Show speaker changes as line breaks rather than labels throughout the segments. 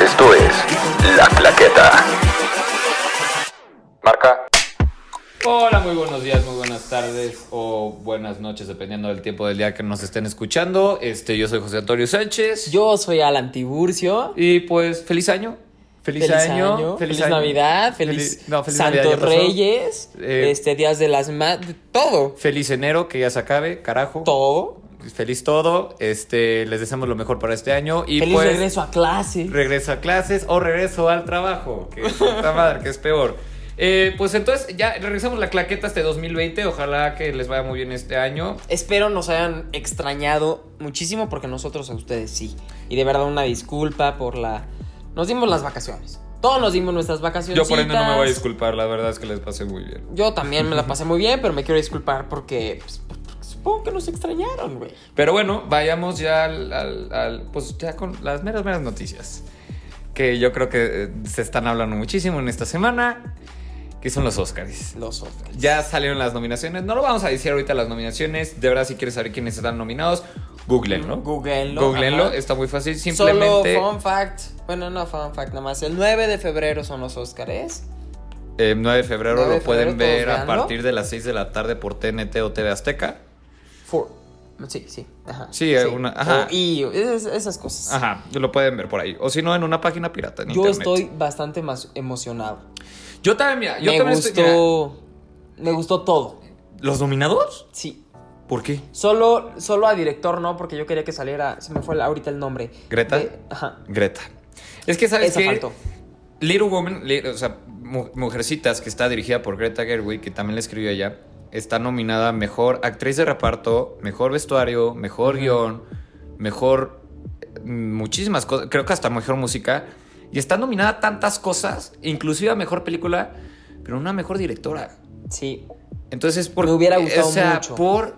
Esto es La Claqueta. Marca.
Hola, muy buenos días, muy buenas tardes o buenas noches, dependiendo del tiempo del día que nos estén escuchando. Este, yo soy José Antonio Sánchez.
Yo soy Alan Tiburcio.
Y pues, feliz año. Feliz, año,
feliz,
año.
Navidad, feliz,
Feliz- no, feliz
Santo
Navidad ya pasó.
Reyes,
Eh,
este Días de las Ma todo,
Feliz enero, que ya se acabe, carajo.
todo.
Feliz todo. Este, les deseamos lo mejor para este año. Y
feliz
pues,
regreso a clase.
regreso a clases o regreso al trabajo. Que puta madre, que es peor. Eh, pues entonces ya regresamos la claqueta este 2020. Ojalá que les vaya muy bien este año.
Espero nos hayan extrañado muchísimo porque nosotros a ustedes sí. Y de verdad una disculpa por la nos dimos las vacaciones. Todos nos dimos nuestras vacaciones.
Yo por ende no me voy a disculpar, la verdad es que les pasé muy bien.
Yo también me la pasé muy bien, pero me quiero disculpar porque, pues, porque supongo que nos extrañaron, güey.
Pero bueno, vayamos ya al, al- al- pues ya con las meras meras noticias que yo creo que eh, se están hablando muchísimo en esta semana, que son los Óscares.
Los Oscars.
Ya salieron las nominaciones. No lo vamos a decir ahorita las nominaciones. De verdad, si quieres saber quiénes están nominados, googleenlo.
Googleenlo,
Googleenlo,
ajá.
está muy fácil. Simplemente.
Solo fun fact. Bueno, no fun fact, nada más. El 9 de febrero son los Óscares.
eh, 9 de febrero
9 de
lo pueden
febrero,
ver
todos
a
véanlo.
partir de las 6 de la tarde por TNT o TV Azteca.
Four. Sí, sí. Ajá.
Sí, alguna- ajá.
O- y es- esas cosas.
Ajá, lo pueden ver por ahí. O si no, en una página pirata. en
Yo
internet.
estoy bastante más emocionado.
Yo también, mira, yo
me
también
gustó.
estoy. mira,
Me gustó todo.
¿Los nominados?
Sí.
¿Por qué?
Solo, solo a director no, porque yo quería que saliera. Se me fue ahorita el nombre.
¿Greta?
De- ajá.
Greta. Es que, ¿sabes
Esa
que
faltó.
Little Woman, li- o sea, Mu- Mujercitas, que está dirigida por Greta Gerwig, que también la escribió ella, está nominada a Mejor Actriz de Reparto, Mejor Vestuario, Mejor Guión, Mejor... eh, Muchísimas cosas, creo que hasta Mejor Música. Y está nominada a tantas cosas, inclusive a Mejor Película, pero una Mejor Directora.
Sí.
Entonces, por...
Me hubiera gustado
o sea,
mucho.
por...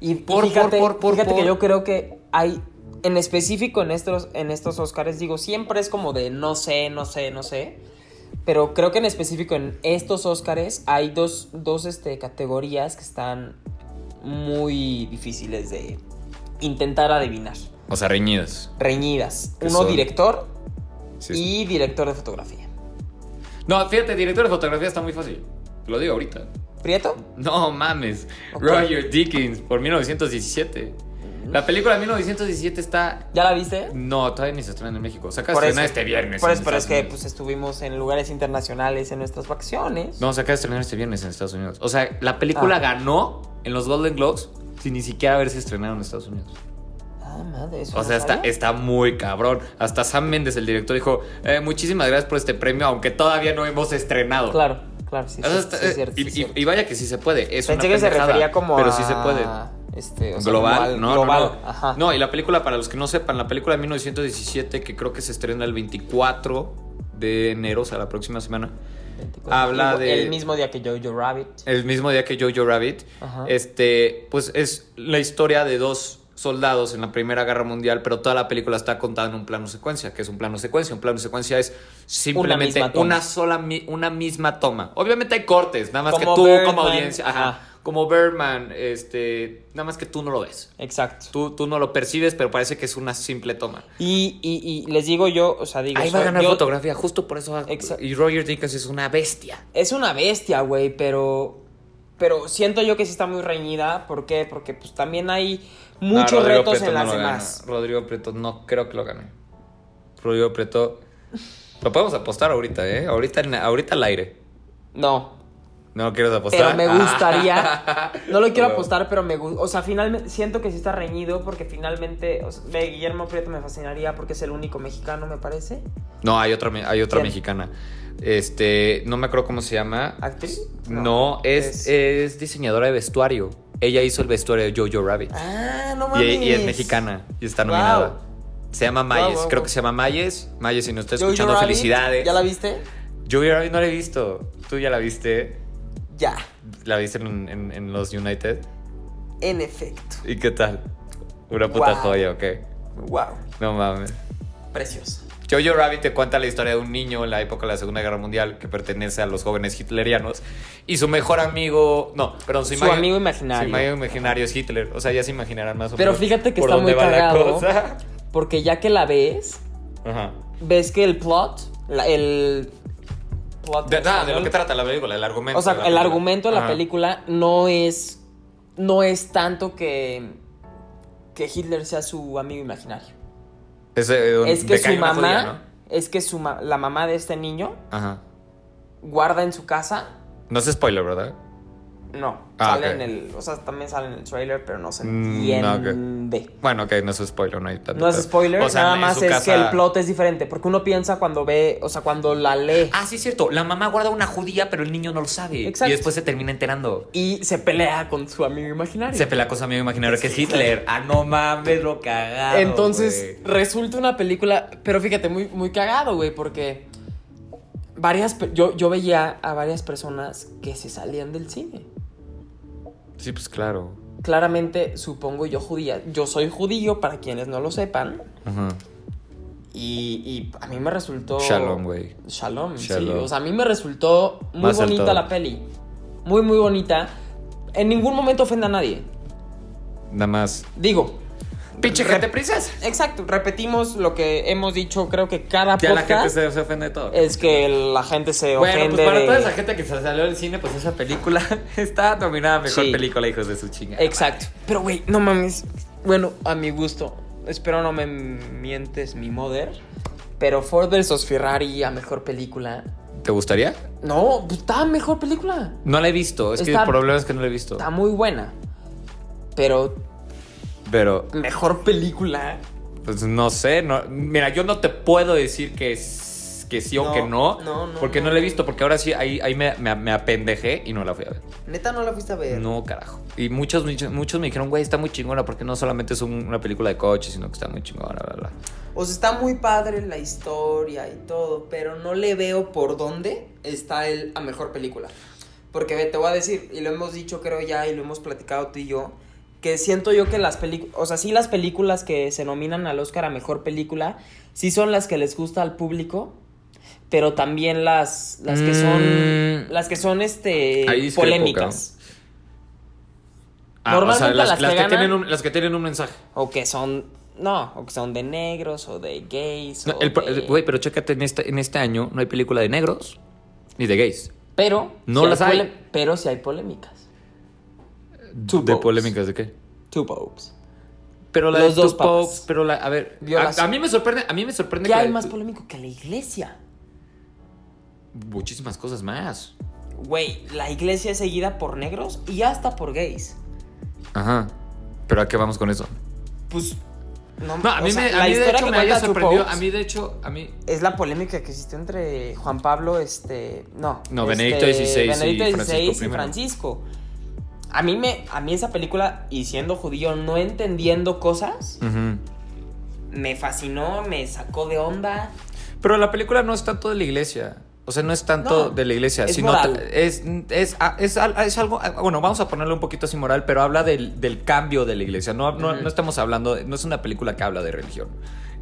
Y
Por,
por, fíjate,
por, por, por,
fíjate
por.
que yo creo que hay, en específico en estos, en estos Oscars, digo, siempre es como de no sé, no sé, no sé. Pero creo que en específico en estos Oscars hay dos, dos este, categorías que están muy difíciles de intentar adivinar.
O sea, reñidas.
Reñidas.
Que
Uno
son-
director
Sí.
y director de fotografía.
No, fíjate, director de fotografía está muy fácil. Te lo digo ahorita.
¿Prieto?
No mames.
Ok.
Roger Dickens por 1917. La película de 1917 está.
¿Ya la viste?
No, todavía ni se estrena en México. Saca
Por
estrena
eso.
este viernes.
Por
en
eso, pero es
Estados
que
Unidos.
pues, estuvimos en lugares internacionales en nuestras vacaciones.
No, saca estrenar este viernes en Estados Unidos. O sea, la película
Ah.
ganó en los Golden Globes sin ni siquiera haberse estrenado en Estados Unidos.
Ah, madre, eso
O
no
sea, está,
sabía.
está muy cabrón. Hasta Sam Méndez, el director, dijo: "Eh, Muchísimas gracias por este premio, aunque todavía no hemos estrenado.
Claro, claro, sí,
O sea,
sí,
está- eh,
sí, es cierto,
y,
sí, es
y-
cierto.
y vaya que sí se puede. Es
Pensé
una
que se
pendejada,
refería como
Pero
a...
sí se puede.
Este, o sea,
global, no, no,
global,
no.
ajá.
No, y la película, para los que no sepan, la película de 1917, que creo que se estrena el 24 de enero, o sea, la próxima semana,
24.
habla
Digo,
de-
El mismo día que Jojo Rabbit.
el mismo día que Jojo Rabbit,
Ajá.
este, pues es la historia de dos soldados en la Primera Guerra Mundial, pero toda la película está contada en un plano secuencia, que es un plano secuencia. Un plano secuencia es simplemente
misma
una,
toma.
sola, mi- una misma toma. Obviamente hay cortes, nada más
Como
que tú como
Birdman.
audiencia, ajá,
Ah.
como Birdman, este, nada más que tú no lo ves.
Exacto.
Tú, tú no lo percibes, pero parece que es una simple toma.
Y, y, y les digo yo, o sea, digo...
Ahí va a
soy-
ganar
yo-
fotografía, justo por eso. va-
Exacto.
Y Roger Dickens es una bestia.
Es una bestia, güey, pero... Pero siento yo que sí está muy reñida. ¿Por qué? Porque pues también hay muchos
Ah,
retos en las demás.
Rodrigo Preto no creo que lo gane. Rodrigo Preto. Lo podemos apostar ahorita, ¿eh? Ahorita, en- ahorita al aire.
No,
No quieres apostar. Ah.
Pero me gustaría. No lo quiero
Huevo.
apostar, pero me gusta. O sea, finalmente siento que sí está reñido porque finalmente o sea, de Guillermo Prieto me fascinaría porque es el único mexicano, me parece.
No, hay otra, me- hay otra
¿Quién?
mexicana. Este, no me acuerdo cómo se llama.
¿Actriz?
No, es, es diseñadora de vestuario. Ella hizo el vestuario de Jojo Rabbit.
Ah, no
Y,
mames.
y es mexicana y está
Wow.
nominada. Se llama Mayes,
wow,
creo
wow.
que se llama Mayes. Mayes, si nos está
Jojo
escuchando,
Rabbit,
felicidades.
¿Ya la viste?
Yo Rabbit no la he visto. Tú ya la viste.
Ya,
La viste en, en- en los United.
en efecto.
¿Y qué tal? Una puta
Wow.
joya, ¿ok?
Wow,
No mames.
precioso.
Jojo Rabbit te cuenta la historia de un niño en la época de la Segunda Guerra Mundial que pertenece a los jóvenes hitlerianos y su mejor amigo, no, perdón, su,
Su
imagi-
amigo imaginario.
Su amigo imaginario es Hitler, o sea, ya se imaginarán más o
Pero
menos
fíjate que
por
está
dónde
muy
va la
cagado.
cosa.
Porque ya que la ves,
Ajá.
ves que el plot, la- el plot
De,
en
ah, de
español,
lo que trata la película, el argumento.
o sea,
de la
el
película.
argumento de la
Ajá.
película no es no es tanto que que Hitler sea su amigo imaginario.
Es, eh, un-
Es que
de hay
su
una
mamá,
judía,
es que su ma- la mamá de este niño
¿no? Ajá.
guarda en su casa
No es spoiler, ¿verdad?
No,
Ah,
sale
ok.
en el. O sea, también sale en el trailer, pero no se
Mm, no, ok.
entiende.
Bueno, ok, no es spoiler, no hay tanto.
No es
pedo.
spoiler,
O sea,
nada
en
más
su
es
casa-
que el plot es diferente. Porque uno piensa cuando ve, o sea, cuando la lee
Ah, sí, es cierto. La mamá guarda una judía, pero el niño no lo sabe.
Exacto.
Y después se termina enterando.
y se pelea con su amigo imaginario.
Se pelea con su amigo imaginario que es Hitler. Ah, no mames, lo cagado.
Entonces,
güey.
resulta una película. Pero fíjate, muy, muy cagado, güey, porque. Varias, pe- yo, yo veía a varias personas que se salían del cine.
Sí, pues claro.
Claramente, supongo yo judía. Yo soy judío, para quienes no lo sepan.
Ajá.
Y, y a mí me
Oh.
resultó.
Shalom, güey.
Shalom, sí.
Shalom.
O sea, a mí me resultó muy
Más
bonita
acertado.
la peli. Muy, muy bonita. En ningún momento ofende a nadie.
Nada más.
Digo,
Pinche gente princesa.
exacto, repetimos lo que hemos dicho, creo que cada
Ya la gente
podcast
se, se ofende de todo.
es que la gente Eh, se
Bueno,
ofende
pues para
de-
toda esa gente que se salió del cine, pues esa película está nominada a mejor
Sí. Eh,
película, hijos de su chinga.
Exacto. Pero, güey, no mames. Bueno, a mi gusto. Espero no me mientes, mi mother. Pero Ford vs. Ferrari a mejor película.
¿Te gustaría?
No, pues, está mejor película.
No la he visto. Es que
Está-
el problema es que no la he visto.
Está muy buena. Pero
Pero,
mejor película.
pues no sé. No, mira, yo no te puedo decir que, s- que sí o
No,
que no.
no, no,
Porque no,
no.
la he visto. Porque ahora sí, ahí, ahí me, me, me apendejé y no la fui a ver.
Neta no la fuiste a ver.
No, carajo. Y muchos, muchos, muchos me dijeron, güey, está muy chingona. Porque no solamente es un- una película de coches, sino que está muy chingona, bla, bla.
O sea, está muy padre la historia y todo, pero no le veo por dónde está el a mejor película. Porque ve, te voy a decir, y lo hemos dicho creo ya y lo hemos platicado tú y yo, que siento yo que las películas, o sea, sí las películas que se nominan al Oscar a mejor película, sí son las que les gusta al público, pero también las las que son
Mm.
las que son este
Ahí discrepo,
polémicas
Ah, o sea,
Normalmente
las,
las que
las que
ganan-
tienen un, las que tienen un mensaje.
o que son no, o que son de negros o de gays
No,
o
el pro-
de-
Güey, pero chécate, en este, en este año no hay película de negros ni de gays.
Pero
No las hay.
pole- Pero si hay polémicas. Two
¿De
popes.
polémicas de qué?
Two popes.
Pero la
Los
de
dos
Two
papas.
Popes, pero la, a ver, a,
Violación.
a mí me sorprende, a mí me sorprende
¿Qué
que la
hay
de-
más polémico que la iglesia?
muchísimas cosas más.
Güey, la iglesia es seguida por negros y hasta por gays.
Ajá. Pero a qué vamos con eso?
Pues. No,
No, a
o
mí,
sea,
me, a
la
mí de
historia
hecho
que
me haya
cuenta Two
sorprendido,
Popes
a mí de hecho, a mí
Es la polémica que existió entre Juan Pablo, este. No.
No,
este,
Benedicto XVI y
Benedicto
Francisco
XVI y
I.
Francisco. A mí, me, a mí esa película, y siendo judío, no entendiendo cosas,
Ujú.
me fascinó, me sacó de onda.
Pero la película no es tanto de la iglesia. O sea, no es tanto
No,
de la iglesia,
es
sino
moral.
ta- es, es, a- es al- es algo. Bueno, vamos a ponerle un poquito así moral, pero habla del, del cambio de la iglesia. No, no,
Ujú.
no estamos hablando. No es una película que habla de religión.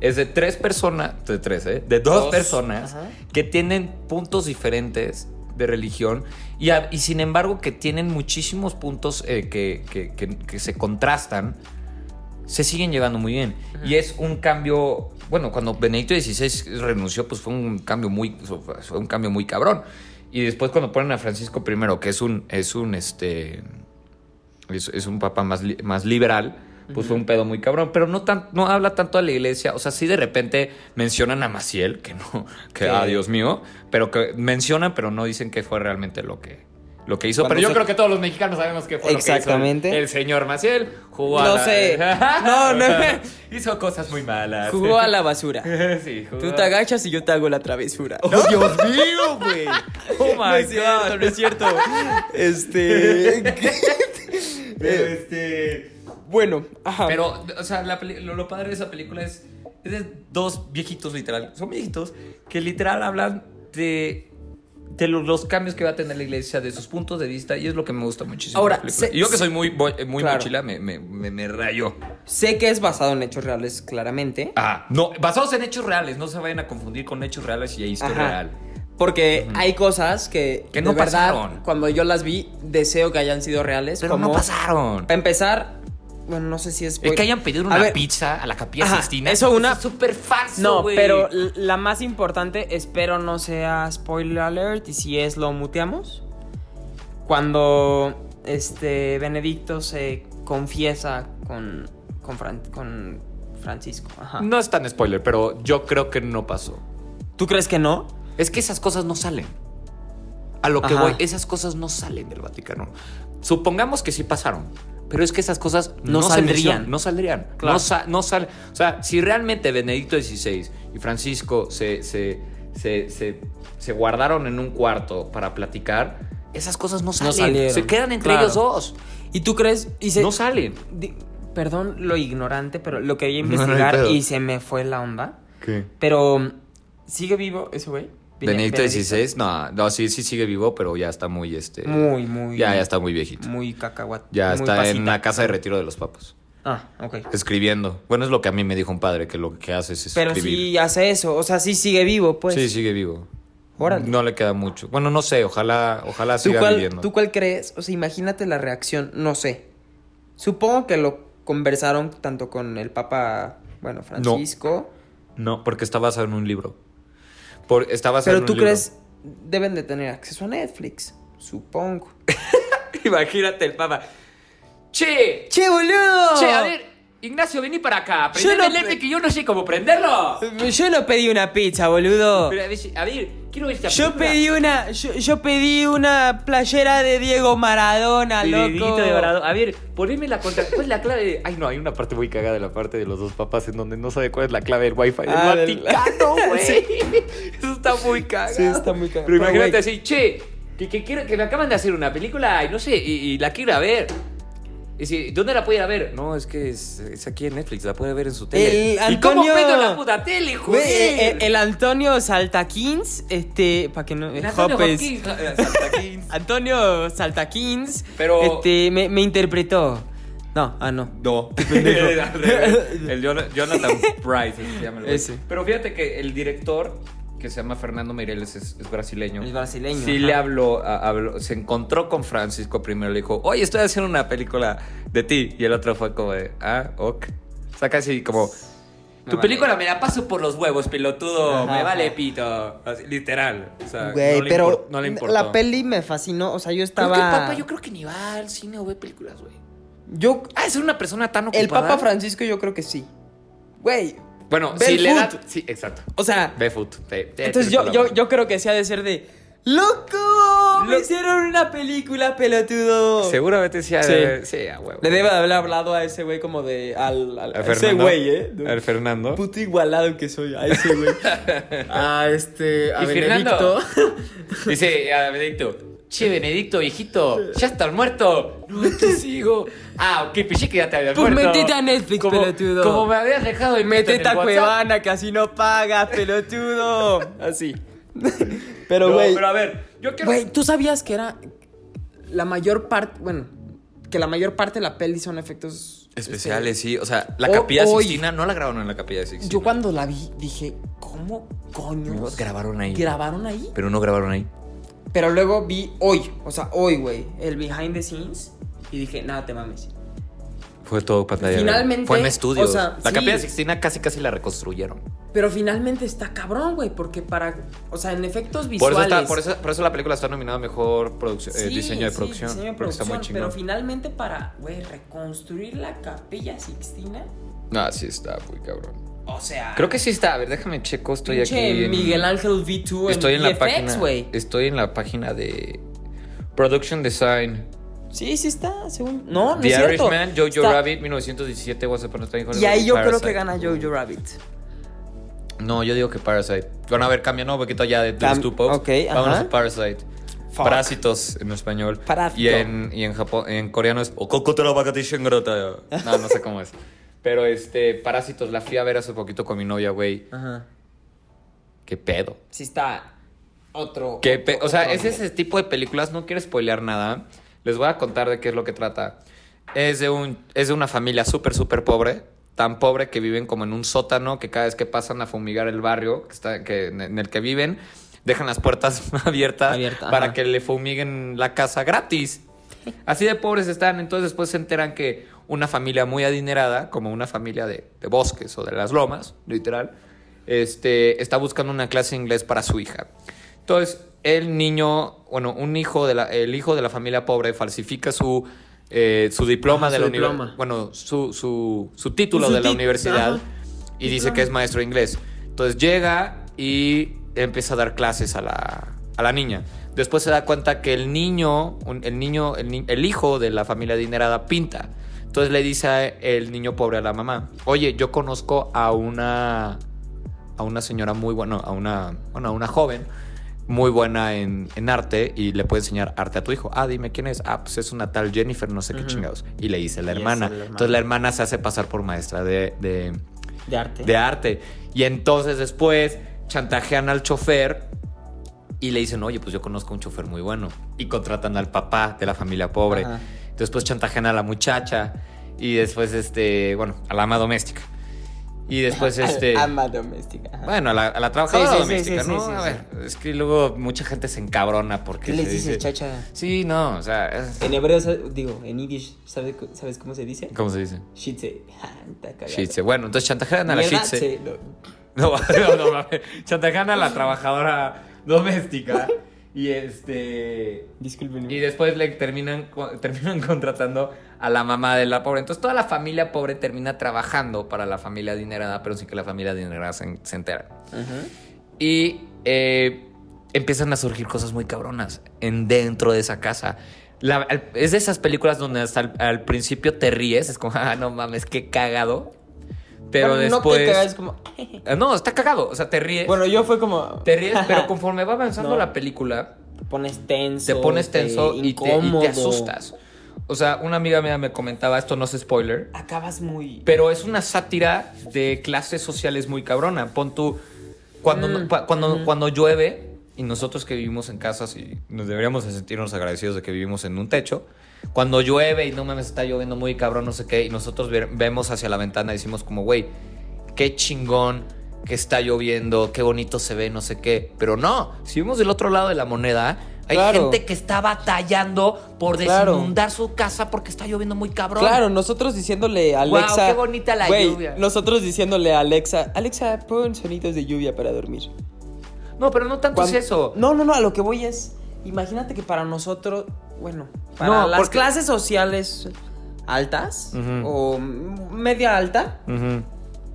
Es de tres personas. De tres, ¿eh? De dos,
Dos,
personas
ajá.
que tienen puntos diferentes de religión y, a- y sin embargo que tienen muchísimos puntos eh, que, que- que- que se contrastan se siguen llevando muy bien. Y es un cambio, bueno, cuando Benedicto XVI renunció, pues fue un cambio muy, fue un cambio muy cabrón. Y después cuando ponen a Francisco I, que es un, es un, este, es, es un papa más, li- más liberal, pues fue un pedo muy cabrón. Pero no, tan, no habla tanto de la iglesia. O sea, sí de repente mencionan a Maciel, que no, que,
Sí.
ah, Dios mío, pero que mencionan, pero no dicen que fue realmente lo que... Lo que hizo,
Cuando
pero yo
se-
creo que todos los mexicanos sabemos que fue lo que hizo el-
Exactamente.
el señor Maciel. Jugó a
No
la-
sé. No, no.
Hizo cosas muy malas.
Jugó a la basura.
Sí, jugó.
Tú te agachas y yo te hago la travesura.
¡Oh, Dios mío, güey! ¡Oh, my
no es cierto,
God!
no es cierto. Este.
Pero, este...
bueno, ajá.
Pero, o sea, la peli- lo, lo padre de esa película es, es de dos viejitos, literal. Son viejitos que literal hablan de, de lo- los, cambios que va a tener la iglesia, de sus puntos de vista, y es lo que me gusta muchísimo. de
Ahora,
la película.
se-
Y yo que soy muy, bo- eh, muy
Claro.
mochila, me, me, me, me rayó.
sé que es basado en hechos reales, claramente.
Ah, no, basados en hechos reales, no se vayan a confundir con hechos reales y historia
Ajá.
real.
Porque hay cosas que,
Que no
de verdad,
pasaron.
cuando yo las vi, deseo que hayan sido reales.
Pero
como,
no pasaron.
Para empezar, Bueno, no sé si es.
El que hayan pedido una
Em, A ver,
pizza a la Capilla
Ajá,
Sixtina.
eso una-
es súper falso,
No,
güey.
pero l- la más importante, espero no sea spoiler alert, y si es, lo muteamos. Cuando este Benedicto se confiesa con, con, Fran- con Francisco. Ajá.
Ah.
No es tan spoiler, pero yo creo que no pasó.
¿Tú crees que no?
Es que esas cosas no salen. A lo que
Ajá.
voy, esas cosas no salen del Vaticano. Supongamos que sí pasaron, pero es que esas cosas
No
no,
saldrían.
saldrían. No saldrían.
Claro.
No, sa- no sal- O sea, si realmente Benedicto XVI y Francisco se, se, se, se, se guardaron en un cuarto para platicar, esas cosas no salen.
salieron.
se quedan entre
Claro.
ellos dos.
¿Y tú crees? Y se-
no salen.
di- perdón lo ignorante, pero lo quería
no hay
investigar
pedo.
y se me fue la onda.
¿Qué?
Pero, um, ¿sigue vivo ese güey? Bene-
Benedicto XVI, no, no, sí, sí sigue vivo, pero ya está muy, este,
Muy, muy.
ya, ya está muy viejito.
Muy cacahuate.
ya
muy
está
pasita.
en la casa de retiro de los papas,
Ah, ok.
escribiendo. Bueno, es lo que a mí me dijo un padre, que lo que hace es escribir.
Pero sí hace eso, o sea, sí sigue vivo, pues.
Sí, sigue vivo.
Órale.
No le queda mucho. Bueno, no sé, ojalá, ojalá
¿Tú
siga
cuál,
viviendo.
¿Tú cuál crees? O sea, imagínate la reacción, no sé. Supongo que lo conversaron tanto con el Papa, bueno, Francisco.
No, porque está basado en un libro. Por, está basado en
Pero
un
tú
libro.
crees, deben de tener acceso a Netflix, supongo.
Imagínate el papa. Che,
¡Che, boludo!
che, a ver, Ignacio, vení para acá.
Yo
Prendeme
no
el lente
pe-
que yo no sé cómo prenderlo.
Yo no pedí una pizza, boludo.
Pero a ver, si- a ver, quiero ver esta
Yo
película.
pedí una, yo, yo pedí una playera de Diego Maradona,
Y de
loco.
Dieguito de Varado. A ver, poneme la contra. ¿Cuál es la clave? de- Ay, no, hay una parte muy cagada de la parte de los dos papás en donde no sabe cuál es la clave del Wi-Fi del
Ah, del-
Vaticano, güey. Eso está muy cagado.
Sí, está muy cagado.
Pero imagínate
Pero,
así, che, que, que quiero, que me acaban de hacer una película y no sé, y, y la quiero ir a ver. Y si, ¿dónde la puedo ir a ver? No, es que es, es aquí en Netflix, la puede ver en su tele.
El
¿Y cómo
Antonio-
prendo la puta tele,
Güey, eh, eh,
joder?
el, Antonio Saltaquins, este, para que no. eh,
El Antonio
Hopes.
Hopkins. Ah, Santa Kings.
Antonio Saltaquins,
Pero-
este, me, me interpretó. No, ah, no.
No,
Al revés.
el Jon- Jonathan Price se llama el güey.
Ese.
Pero fíjate que el director, que se llama Fernando Mireles, es, es brasileño.
Es brasileño,
Sí
ajá.
le habló, a- habló- se encontró con Francisco primero, le dijo, oye, estoy haciendo una película de ti. Y el otro fue como de, ah, ok. O sea, casi como,
Tu película me la paso por los huevos, pelotudo.
Ajá,
me vale
ajá.
pito. Así, literal. O sea,
Güey,
no le
pero
impor- no le importó.
la peli me fascinó, o sea, yo
Pero
estaba.
es que el Papa yo creo que ni va al cine o ve películas, güey.
Yo-
Ah, es una persona tan ocupada.
el Papa Francisco yo creo que sí. Güey,
Bueno,
Ve
sí,
el
le da...
foot.
Sí, exacto.
o sea,
Ve foot. Te- te-
entonces
te lo
yo, yo,
colaboro.
yo creo que sí ha de ser de. ¡Loco! ¡Me
Lo-
hicieron una película, pelotudo!
seguramente sí, ha
Sí.
de haber- sí, a huevo.
Le debe de haber hablado a ese güey como de. Al, al-
A
ese
Fernando.
güey, ¿eh?
Al Fernando.
Puto igualado que soy, a ese güey. a este. A
Y Fernando.
Benedicto.
Dice a Benedicto. Che, Benedicto, viejito, ¿ya estás muerto? No, te sigo. Ah, ok, pensé que ya te había
Pues
muerto.
métete a Netflix,
como,
pelotudo.
Como me habías dejado y
Métete a Cuevana, que así no pagas, pelotudo. Así. Pero,
Pero,
güey.
Ah, pero a ver, yo quiero...
Güey, ¿tú sabías que era la mayor parte, bueno, que la mayor parte de la peli son efectos
Especiales, sí. O sea,
O-
la Capilla
hoy.
Sixtina, no la grabaron en la Capilla Sixtina.
este- Yo cuando la vi dije, ¿cómo coño
Amigos, grabaron ahí.
grabaron ahí?
Pero no grabaron ahí.
Pero luego vi hoy, o sea, hoy, güey, el behind the scenes y dije, nada, te mames.
Fue todo pantalla. verde.
Finalmente,
Fue en estudios.
o sea,
la
sí.
Capilla Sixtina casi casi la reconstruyeron.
Pero finalmente está cabrón, güey, porque para, o sea, en efectos
Por
visuales.
eso, está- por, eso, por eso la película está nominada a mejor producción, eh,
Sí,
diseño de
sí,
producción.
diseño de
porque está muy
producción, pero
chingón.
finalmente para, güey, reconstruir la capilla Sixtina,
Ah, sí está muy cabrón.
o sea,
Creo que sí está. A ver, déjame checo. Estoy
pinche
aquí. en-
Miguel Ángel V2
Estoy en la
VFX,
página. Eh,
güey.
Estoy en la página de Production Design.
Sí, sí está, según. No, no
The
es cierto.
Irishman, Jojo
Está-
Rabbit, 1917, What's Upon a Time in Hollywood,
Y ahí yo creo
Parasite.
que gana Jojo Rabbit.
No, yo digo que Parasite. Bueno, a ver, cambia, no, porque ya de
Cam-
los two pops.
ok,
Vámonos
ajá.
a Parasite.
Fuck.
Parásitos en español.
Parásito.
Y en, y en, Japo- en coreano es. "Okokotoro bakati shingrota". No, no sé cómo es. Pero este, Parásitos, la fui a ver hace poquito con mi novia, güey.
Ajá.
Qué pedo.
Sí está otro.
Qué
otro-
pe- o sea,
otro
es
nivel.
ese tipo de películas, no quiero spoilear nada. Les voy a contar de qué es lo que trata. Es de, un, es de una familia súper, súper pobre. Tan pobre que viven como en un sótano, que cada vez que pasan a fumigar el barrio que está, que, en el que viven, dejan las puertas abiertas
Abierta,
para
ajá.
que le fumiguen la casa gratis. Así de pobres están, entonces después se enteran que una familia muy adinerada, como una familia de, de bosques o de las lomas, literal, este, está buscando una clase de inglés para su hija. Entonces, el niño, bueno, un hijo de la, el hijo de la familia pobre falsifica su, eh, su diploma
Ajá,
de
su
la universidad.
diploma.
Bueno, su, su, su título
Su
de la
tit-
universidad
ajá.
y dice que es maestro de inglés. Entonces llega y empieza a dar clases a la, a la niña. Después se da cuenta que el niño, un- el niño, el, ni- el hijo de la familia adinerada pinta. Entonces le dice a el niño pobre a la mamá, oye, yo conozco a una, a una señora muy buena, a una, bueno, a una joven muy buena en, en arte y le puede enseñar arte a tu hijo. Ah, dime quién es. Ah, pues es una tal Jennifer, no sé qué
Ujú.
chingados. Y le dice la
Y es
hermana.
la hermana.
Entonces la hermana se hace pasar por maestra de- de,
De arte.
de arte. Y entonces después chantajean al chofer y le dicen, oye, pues yo conozco a un chofer muy bueno. Y contratan al papá de la familia pobre.
Ajá.
Después chantajean a la muchacha y después, este, bueno, a la ama doméstica. Y después, este...
Ama doméstica. ajá.
Bueno, a la, a la trabajadora
Sí, sí, sí,
doméstica,
sí,
¿no?
sí, sí,
a
sí.
ver, es que luego mucha gente se encabrona porque...
¿Qué les
se
dices,
dice-
chacha?
Sí, no, o sea... es-
En hebreo, sa- digo, en yiddish, ¿sabes, cu- ¿sabes cómo se dice?
¿Cómo se dice?
Shitze. Ah, está cagado.
Shitse. Bueno, entonces chantajean a la
Mierda,
shitse.
sí, no.
No, no, no mames. Chantajean a la trabajadora doméstica. Y este.
Discúlpenme.
Y después le terminan, co- terminan contratando a la mamá de la pobre. Entonces toda la familia pobre termina trabajando para la familia adinerada, pero sin que la familia adinerada se, en- se entera.
Ajá.
Y eh, empiezan a surgir cosas muy cabronas en, dentro de esa casa. La- al- es de esas películas donde hasta al, al principio te ríes, es como, ah, no mames, qué cagado. Pero
Bueno,
después.
No te cagas como.
Ah, No, está cagado. O sea, te ríes.
Bueno, yo fue como.
te ríes, pero conforme va avanzando
No.
la película,
Te pones tenso.
te pones tenso y te, y te
incómodo.
asustas. O sea, una amiga mía me comentaba, esto no es spoiler,
Acabas muy.
pero es una sátira de clases sociales muy cabrona. Pon tú, cuando,
Mm,
cua- cuando, cuando llueve, y nosotros que vivimos en casas y nos deberíamos de sentirnos agradecidos de que vivimos en un techo, cuando llueve y no mames, está lloviendo muy cabrón, no sé qué, y nosotros ve- vemos hacia la ventana y decimos como, güey, qué chingón que está lloviendo, qué bonito se ve, no sé qué. Pero no, si vemos del otro lado de la moneda, hay
Claro.
gente que está batallando por
Claro.
desinundar su casa porque está lloviendo muy cabrón.
Claro, nosotros diciéndole a Alexa.
Guau, qué bonita la
Güey,
lluvia.
Nosotros diciéndole a Alexa, Alexa, pon sonidos de lluvia para dormir.
No, pero no tanto
Cuan-
es eso.
No, no, no, a lo que voy es. Imagínate que para nosotros, bueno, para
No,
las
porque-
clases sociales altas
Ujú.
o mm, media alta,
Ujú.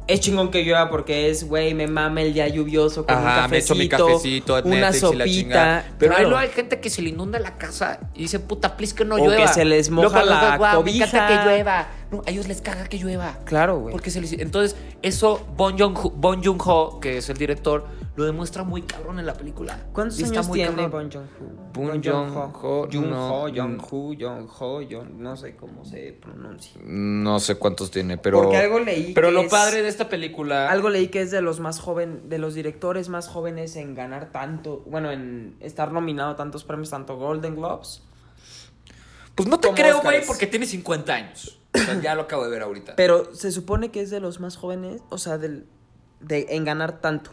es chingón que llueva porque es, güey, me mame el día lluvioso con un
Ajá, me
cafecito,
echo mi cafecito,
una
Netflix y la
sopita.
chingada. Pero ahí
Claro.
luego hay gente que se le inunda la casa y dice, puta, please que no
O
llueva.
que se les moja
Luego, luego,
la
guau, me
cobija.
encanta que llueva. No, a ellos les caga que llueva.
Claro, güey.
Porque se les... Entonces, eso Bon Joon-ho, Bon Joon-ho, que es el director, lo demuestra muy cabrón en la película.
¿Cuántos
Y está
años
muy
tiene
cabrón.
Bon Jong-ho?
Bon Jong-ho, no.
Jong-ho, Jong-ho, Jong-ho, Jong- no sé cómo se pronuncia.
No sé cuántos tiene, pero...
Porque algo leí
Pero
que
lo
es-
padre de esta película...
Algo leí que es de los más joven, de los directores más jóvenes en ganar tanto, bueno, en estar nominado a tantos premios, tanto Golden Globes.
Pues no te
como
creo, güey,
Óscares.
porque tiene 50 años. O sea, ya lo acabo de ver ahorita.
Pero se supone que es de los más jóvenes, o sea, del, de, en ganar tanto.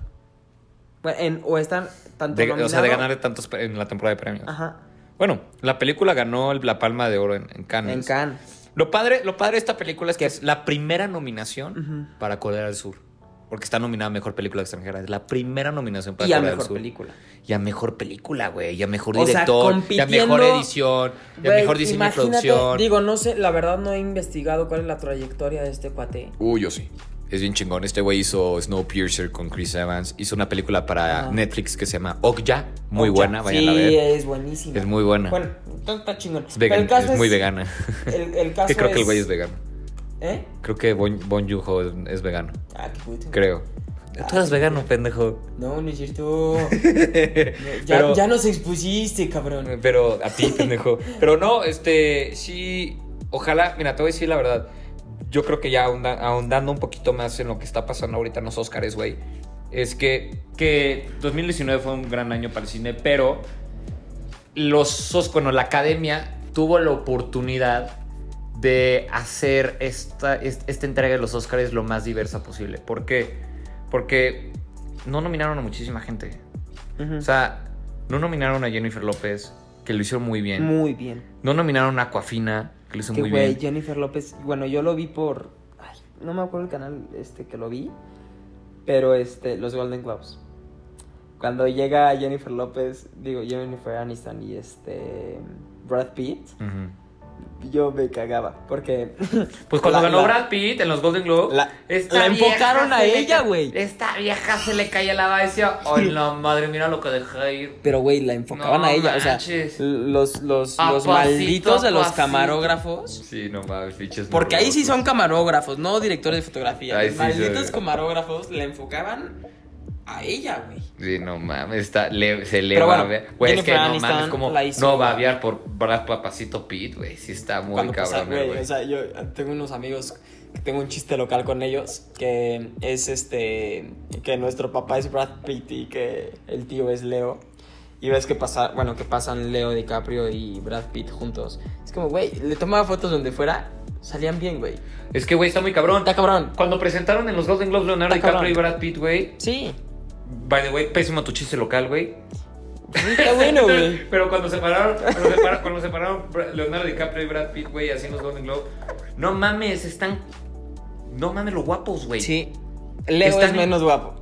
Bueno, en- o estar tanto
De- o sea, de
nominado-
ganar tantos pre- en la temporada de premios.
Ajá,
Bueno, la película ganó el- la Palma de Oro en, en Cannes.
en Cannes.
Lo padre, lo padre de esta película es que es la primera nominación
Ujú.
para Corea del Sur. Porque está nominada a Mejor Película Extranjera. Es la primera nominación para
Y a
Corea
Mejor
del Sur.
Película.
Y a Mejor Película, güey. Y a Mejor
O sea,
Director. y a Mejor
compitiendo-
Edición. Y a
Güey,
Mejor Diseño y
imagínate,
Producción.
Digo, no sé, la verdad no he investigado cuál es la trayectoria de este cuate.
Uy, yo sí. Es bien chingón. Este güey hizo Snowpiercer con Chris Evans. Hizo una película para
Ajá.
Netflix que se llama Okja. Muy
Ocha.
buena, vayan a
Sí,
ver.
es buenísima.
Es muy buena.
Bueno, entonces está chingón.
es, vegan-
Pero el caso
es muy vegana.
El, el
Es
caso
que creo que el güey es
vegano.
vegano.
¿Eh?
Creo que Bon, bon Joon-ho es, es vegano.
Ah, qué puto.
Creo. Tú eres vegano, pendejo.
No, no es cierto. ya,
pero,
ya nos expusiste, cabrón.
Eh, pero a ti, pendejo. Pero no, este, sí. Ojalá, mira, te voy a decir la verdad. Yo creo que ya ahonda- ahondando un poquito más en lo que está pasando ahorita en los Oscars, güey. Es que, que 2019 fue un gran año para el cine, pero los Os- bueno, la academia tuvo la oportunidad de hacer esta, est- esta entrega de los Oscars lo más diversa posible. ¿Por qué? Porque no nominaron a muchísima gente.
Ujú.
O sea, no nominaron a Jennifer López, que lo hizo muy bien.
Muy bien.
No nominaron a Aquafina, que lo hizo
Que
muy
güey,
bien.
Jennifer López. Bueno, yo lo vi por. Ay, no me acuerdo el canal este que lo vi. Pero este, los Golden Globes. Cuando llega Jennifer López, digo Jennifer Aniston y este. Brad Pitt,
Ujú.
yo me cagaba. Porque.
Pues cuando
la-
ganó
la-
Brad Pitt en los Golden Globes,
la-
esta
la
vieja
enfocaron
se
a
le
ella,
ca-
güey.
Esta vieja se le caía la baba y decía, ay, la madre, mira lo que dejé ir.
Pero, güey, la enfocaban
No
a ella. O
manches.
sea, los, los,
A
los
pasito,
malditos de los
pasito.
camarógrafos.
Sí, no mames, fiches.
Porque ahí sí
morbosos.
son camarógrafos, no directores de fotografía.
Ahí
los
sí
malditos
se-
camarógrafos la enfocaban a ella, güey.
Sí, no mames, está, le- se le
Pero
va a
bueno,
ver. Güey, es que
Jennifer
no
Aniston
mames, como
la hizo-
no va a aviar por Brad Papacito Pitt, güey. Sí está muy
Cuando pasa,
cabrón,
güey,
güey.
O sea, yo tengo unos amigos que tengo un chiste local con ellos que es este que nuestro papá es Brad Pitt y que el tío es Leo. Y ves que pasa, bueno, que pasan Leo DiCaprio y Brad Pitt juntos. Es como, güey, le tomaba fotos donde fuera, salían bien, güey.
Es que, güey, está muy cabrón.
Está cabrón.
Cuando presentaron en los Golden Globes Leonardo
Está cabrón.
DiCaprio y Brad Pitt, güey.
Sí.
By the way, pésimo tu chiste local, güey.
Sí, Está bueno, güey.
Pero cuando separaron, cuando separa- cuando separaron Bra- Leonardo DiCaprio y Brad Pitt, güey, así en los Golden Globes. No mames, están. No mames, los guapos, güey.
Sí. Leo
Está
es
bien.
menos guapo.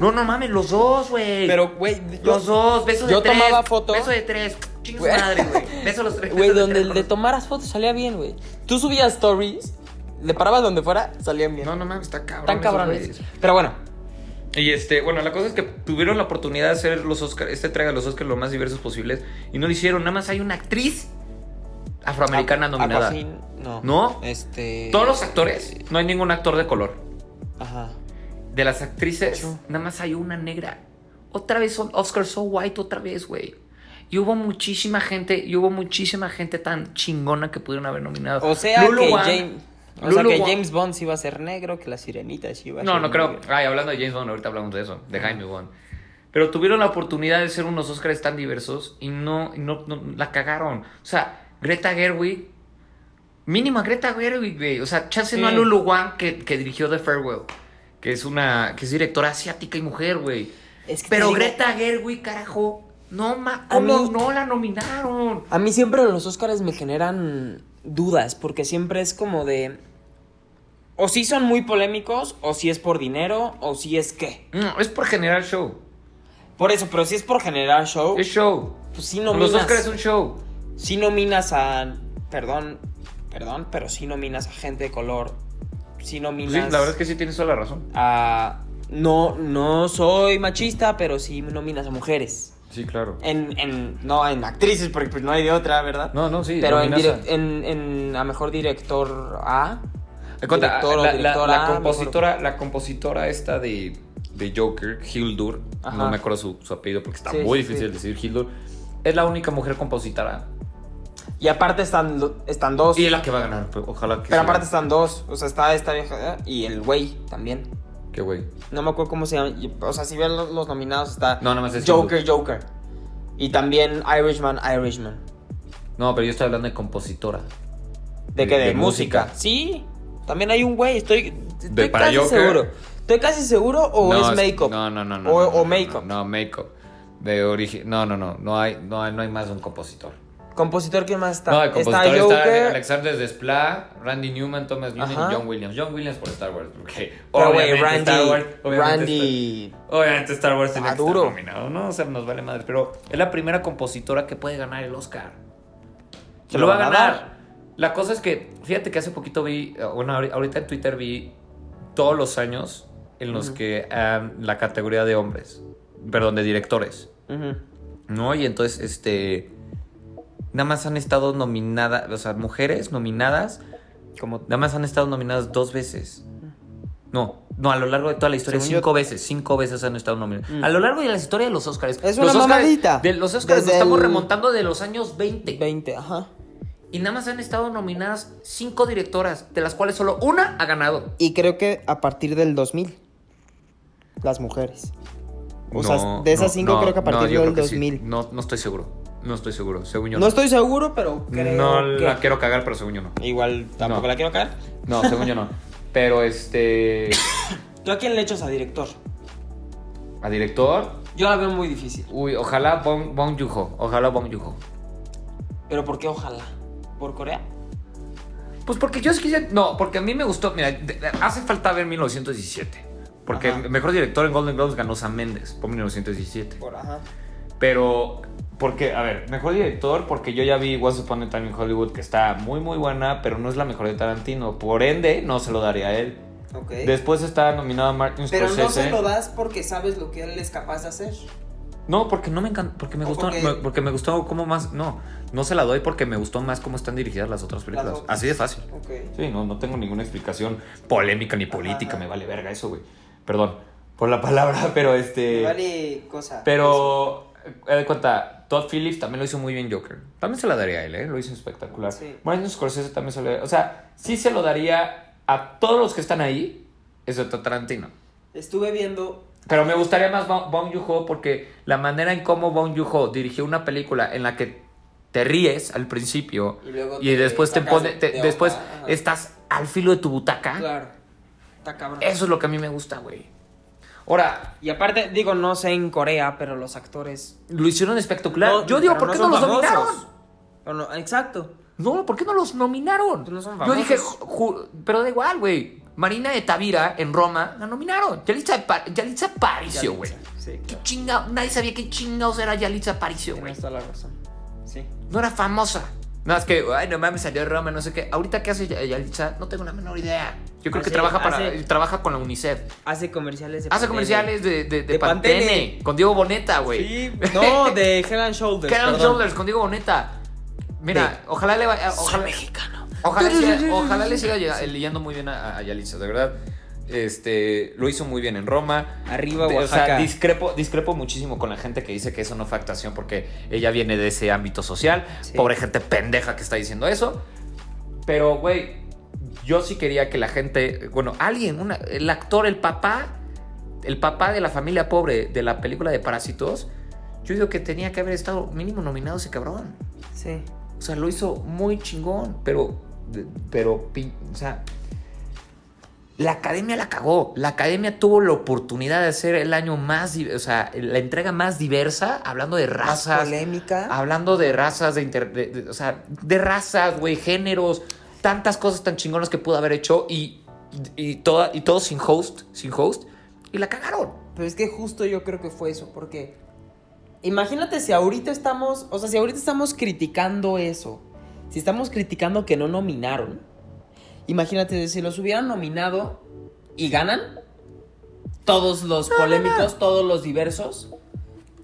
No, no mames, los dos, güey.
Pero, güey,
Los dos, besos
yo
de tres.
tomaba foto.
Beso de tres. Chingue su
Güey.
madre, güey. Beso a los tres.
Güey,
beso
donde
tres,
le
con-
tomaras fotos salía bien, güey. Tú subías stories, le parabas donde fuera, salían bien.
No, no mames, está cabrón.
Tan
esos
cabrones.
güeyes.
Pero bueno,
Y este, bueno, la cosa es que tuvieron la oportunidad de hacer los Oscars, este traga los Oscars lo más diversos posibles y no lo hicieron. Nada más hay una actriz afroamericana
Aqu-
nominada.
Aquafin, no.
¿No?
Este.
Todos los actores, no hay ningún actor de color.
Ajá.
De las actrices,
Ocho.
nada más hay una negra. Otra vez son Oscar So White, otra vez, güey. Y hubo muchísima gente, y hubo muchísima gente tan chingona que pudieron haber nominado.
O sea
Lulu
que
Wang-
James. O sea
Lulu
que
Wang-
James Bond sí iba a ser negro, que la sirenita sí iba a
No,
ser
no creo.
negra.
Ay, hablando de James Bond, ahorita hablamos de eso, de Jaime Bond. Pero tuvieron la oportunidad de ser unos Oscars tan diversos y no, y no, no- la cagaron. O sea, Greta Gerwig, mínimo a Greta Gerwig, güey. O sea, chance no a
Sí.
Lulu Wang que, que dirigió The Farewell, que es una, que es directora asiática y mujer, güey.
Es que te
Pero
digo-
Greta Gerwig, carajo, no ma,
A
¿cómo
mí-
no la nominaron?
A mí siempre los Óscares me generan dudas, porque siempre es como de. O si son muy polémicos, o si es por dinero, o si es qué.
No, Mm, es por generar show.
Por eso, pero si es por generar show,
Es show.
pues sí
Los
nominas.
Oscars es un show.
Si nominas a. Perdón, perdón, pero si nominas a gente de color. Si
Pues Sí,
nominas.
la verdad es que sí tienes toda la razón.
a. No, no soy machista, pero sí nominas a mujeres.
Sí, claro.
En, en, no, en actrices, porque pues no hay de otra, ¿verdad?
No, no, sí.
pero en,
nominaste.
direc- en, en a mejor director A.
Eh, Conta,
director o
la, la-
directora,
la
mejor-
compositora, la compositora esta de, de Joker, Hildur,
Ajá.
no me acuerdo su, su apellido porque está
Sí,
muy
sí,
difícil decir Hildur, es la única mujer compositora
Y aparte están, lo- están dos.
y es la que va a ganar. pues, Ojalá que.
pero
sea.
aparte están dos. O sea, está esta vieja ¿eh? y el güey también.
Qué güey.
No me acuerdo cómo se llama. y- O sea, si ven los, los nominados está
No, nada más es
Joker, Joker. Y también Irishman, Irishman.
No, pero yo estoy hablando de compositora.
¿De qué?
De-
De,
de
música.
música.
Sí. También hay un güey. Estoy, estoy
De- para
casi
Joker.
seguro. Estoy casi seguro o
No,
es make-up.
No, no, no. no
O,
no,
o
no,
make-up.
No, no, make-up. De origen. No, no, no. No hay, no, hay, no hay más de un compositor.
Compositor, ¿quién más está?
no, el
está
compositor está,
Joker.
Alexander Desplat, Randy Newman, Thomas Newman
Ajá.
y John Williams. John Williams por Star Wars. Porque
Pero, güey,
obviamente
Randy.
Star Wars- obviamente Star-
Randy.
Obviamente Star Wars tiene
Ah,
que estar
duro.
nominado, ¿no? O sea, nos vale madre. Pero es la primera compositora que puede ganar el Oscar.
Se
lo
lo
va a
van a
ganar.
dar.
La cosa es que, fíjate que hace poquito vi, eh, bueno, ahori- ahorita en Twitter vi todos los años en los que ah, la categoría de hombres, perdón, de directores,
Ujú.
¿no? Y entonces, este, nada más han estado nominadas, o sea, mujeres nominadas,
Como
nada más han estado nominadas dos veces. No, no, a lo largo de toda la historia,
Según yo-
cinco veces, cinco veces han estado nominadas.
Mm.
A lo largo de la historia de los Oscars.
Es
los
una
Óscares-
mamadita.
De los Oscars nos
Desde
estamos
el-
remontando de los años 20.
20, ajá.
Y nada más han estado nominadas cinco directoras, de las cuales solo una ha ganado.
Y creo que a partir del 2000. Las mujeres. O sea, de esas cinco creo que a partir del 2000.
No, no estoy seguro. No estoy seguro. Según yo
No,
no.
estoy seguro, pero creo
No
que...
la quiero cagar, pero según yo no.
Igual tampoco
No.
la quiero caer.
No, según yo no. Pero este.
¿Tú a quién le echas a director?
A director.
Yo la veo muy difícil.
Uy, ojalá Bong, Bong Joon-ho, Ojalá Bong Joon-ho.
¿Pero por qué ojalá? ¿Por Corea?
Pues porque yo es que ya- No, porque a mí me gustó. Mira, de- hace falta ver 1917. Porque
Ajá.
el mejor director en Golden Globes ganó Sam Mendes por 1917.
Por ajá.
Pero, porque, a ver, mejor director, porque yo ya vi Once Upon a Time in Hollywood, que está muy, muy buena, pero no es la mejor de Tarantino. Por ende, no se lo daría a él.
Ok.
Después está nominado a Martin
Eh. Pero
Scorsese.
no se lo das porque sabes lo que él es capaz de hacer.
No, porque no me encanta, porque me
O
gustó,
porque-
me- porque me gustó cómo más, no, no se la doy porque me gustó más cómo están dirigidas las otras películas.
otras.
Así de fácil.
Ok.
Sí, no, no tengo ninguna explicación polémica ni política,
Ajá.
me vale verga eso, güey. Perdón por la palabra, pero este...
Vale cosa.
Pero, eh, de cuenta, Todd Phillips también lo hizo muy bien Joker. También se la daría a él, ¿eh? Lo hizo espectacular.
Sí.
Martin Scorsese también se lo daría. O sea, sí se lo daría a todos los que están ahí, excepto a Tarantino.
Estuve viendo.
Pero me gustaría más Bong Bong Joon-ho porque la manera en cómo Bong Joon-ho dirigió una película en la que te ríes al principio
Y luego
y
te
después te
sacas
pone,
de
te-
onda,
después
ajá.
estás al filo de tu butaca.
Claro. Está cabrón.
Ah. Eso es lo que a mí me gusta, güey. Ahora,
Y aparte, digo, no sé en Corea, pero los actores.
lo hicieron espectacular.
No,
Yo digo,
pero
¿por
no
qué no
son
los
famosos.
nominaron?
O no- exacto.
No, ¿por qué no los nominaron?
Pues no son
Yo
famosos.
dije, ju- ju- pero da igual, güey. Marina de Tavira en Roma la nominaron. Yalitza, Pa- Yalitza Aparicio, güey.
Sí,
¿Qué
claro.
chinga- Nadie sabía qué chingados era Yalitza Aparicio, güey.
Tienes toda la razón. Sí.
No era famosa. No, es que, ay, no mames, salió de Roma, no sé qué. Ahorita, ¿qué hace Y- Yalitza? No tengo la menor idea. Yo creo que
Hace-
trabaja, para,
hace-
trabaja con la UNICEF.
Hace comerciales
Hace
de ah, Pantene.
comerciales de, de, de
De
Pantene,
Pantene.
con Diego Boneta, güey.
Sí, no, de Head and Shoulders.
Head and
perdón.
Shoulders con Diego Boneta. Mira,
Sí.
ojalá le vaya. Ojalá,
mexicano.
Ojalá, sea- ojalá le siga llega- leyendo muy bien a, a Yalitza, de verdad. Este, lo hizo muy bien en Roma.
Arriba
De- O sea,
Oaxaca.
discrepo, discrepo muchísimo con la gente que dice que eso no fue actuación porque ella viene de ese ámbito social.
Sí.
Pobre gente pendeja que está diciendo eso. Pero, güey, yo sí quería que la gente, bueno, alguien, una- el actor, el papá, el papá de la familia pobre de la película de Parásitos, yo digo que tenía que haber estado mínimo nominado ese cabrón.
Sí.
O sea, lo hizo muy chingón, pero. Pero. pin- O sea. La academia la cagó. La academia tuvo la oportunidad de hacer el año más. di- O sea, la entrega más diversa, hablando de
Más
razas.
polémica.
Hablando de razas, de, inter- de- de- O sea, de razas, güey, géneros. Tantas cosas tan chingonas que pudo haber hecho y. Y, toda, y todo sin host, sin host, y la cagaron.
Pero es que justo yo creo que fue eso, porque imagínate si ahorita estamos, o sea, si ahorita estamos criticando eso, si estamos criticando que no nominaron, imagínate si los hubieran nominado y ganan todos los polémicos, todos los diversos,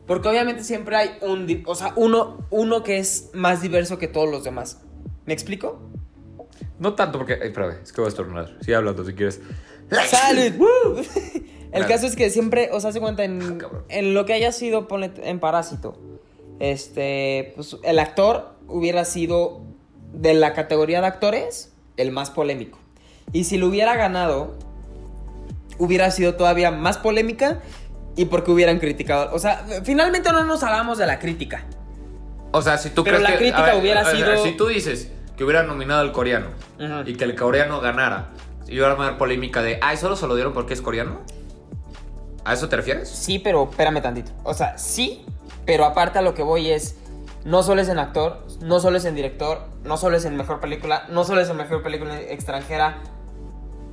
porque obviamente siempre hay un, di- o sea, uno, uno que es más diverso que todos los demás. ¿Me explico?
No tanto porque. Ay, espérame, es que voy a estornudar. Sigue hablando si quieres.
¡Salud! ¡Woo! El
Claro.
caso es que siempre, o sea, se cuenta
Ah,
en,
cabrón.
en lo que haya sido ponle t- en Parásito. Este, pues el actor hubiera sido de la categoría de actores el más polémico. Y si lo hubiera ganado, hubiera sido todavía más polémica y porque hubieran criticado. O sea, finalmente no nos hablamos de la crítica.
O sea, si tú
Pero
crees
la
que-
crítica
a ver,
hubiera
a ver,
sido-
Si tú dices que hubieran nominado al coreano
Ajá.
y que el coreano ganara, y iba a armar polémica de, ay, solo se lo dieron porque es coreano. ¿A eso te refieres?
Sí, pero espérame tantito. O sea, sí, pero aparte a lo que voy es. No solo es en actor, no solo es en director, no solo es en mejor película, no solo es en mejor película extranjera,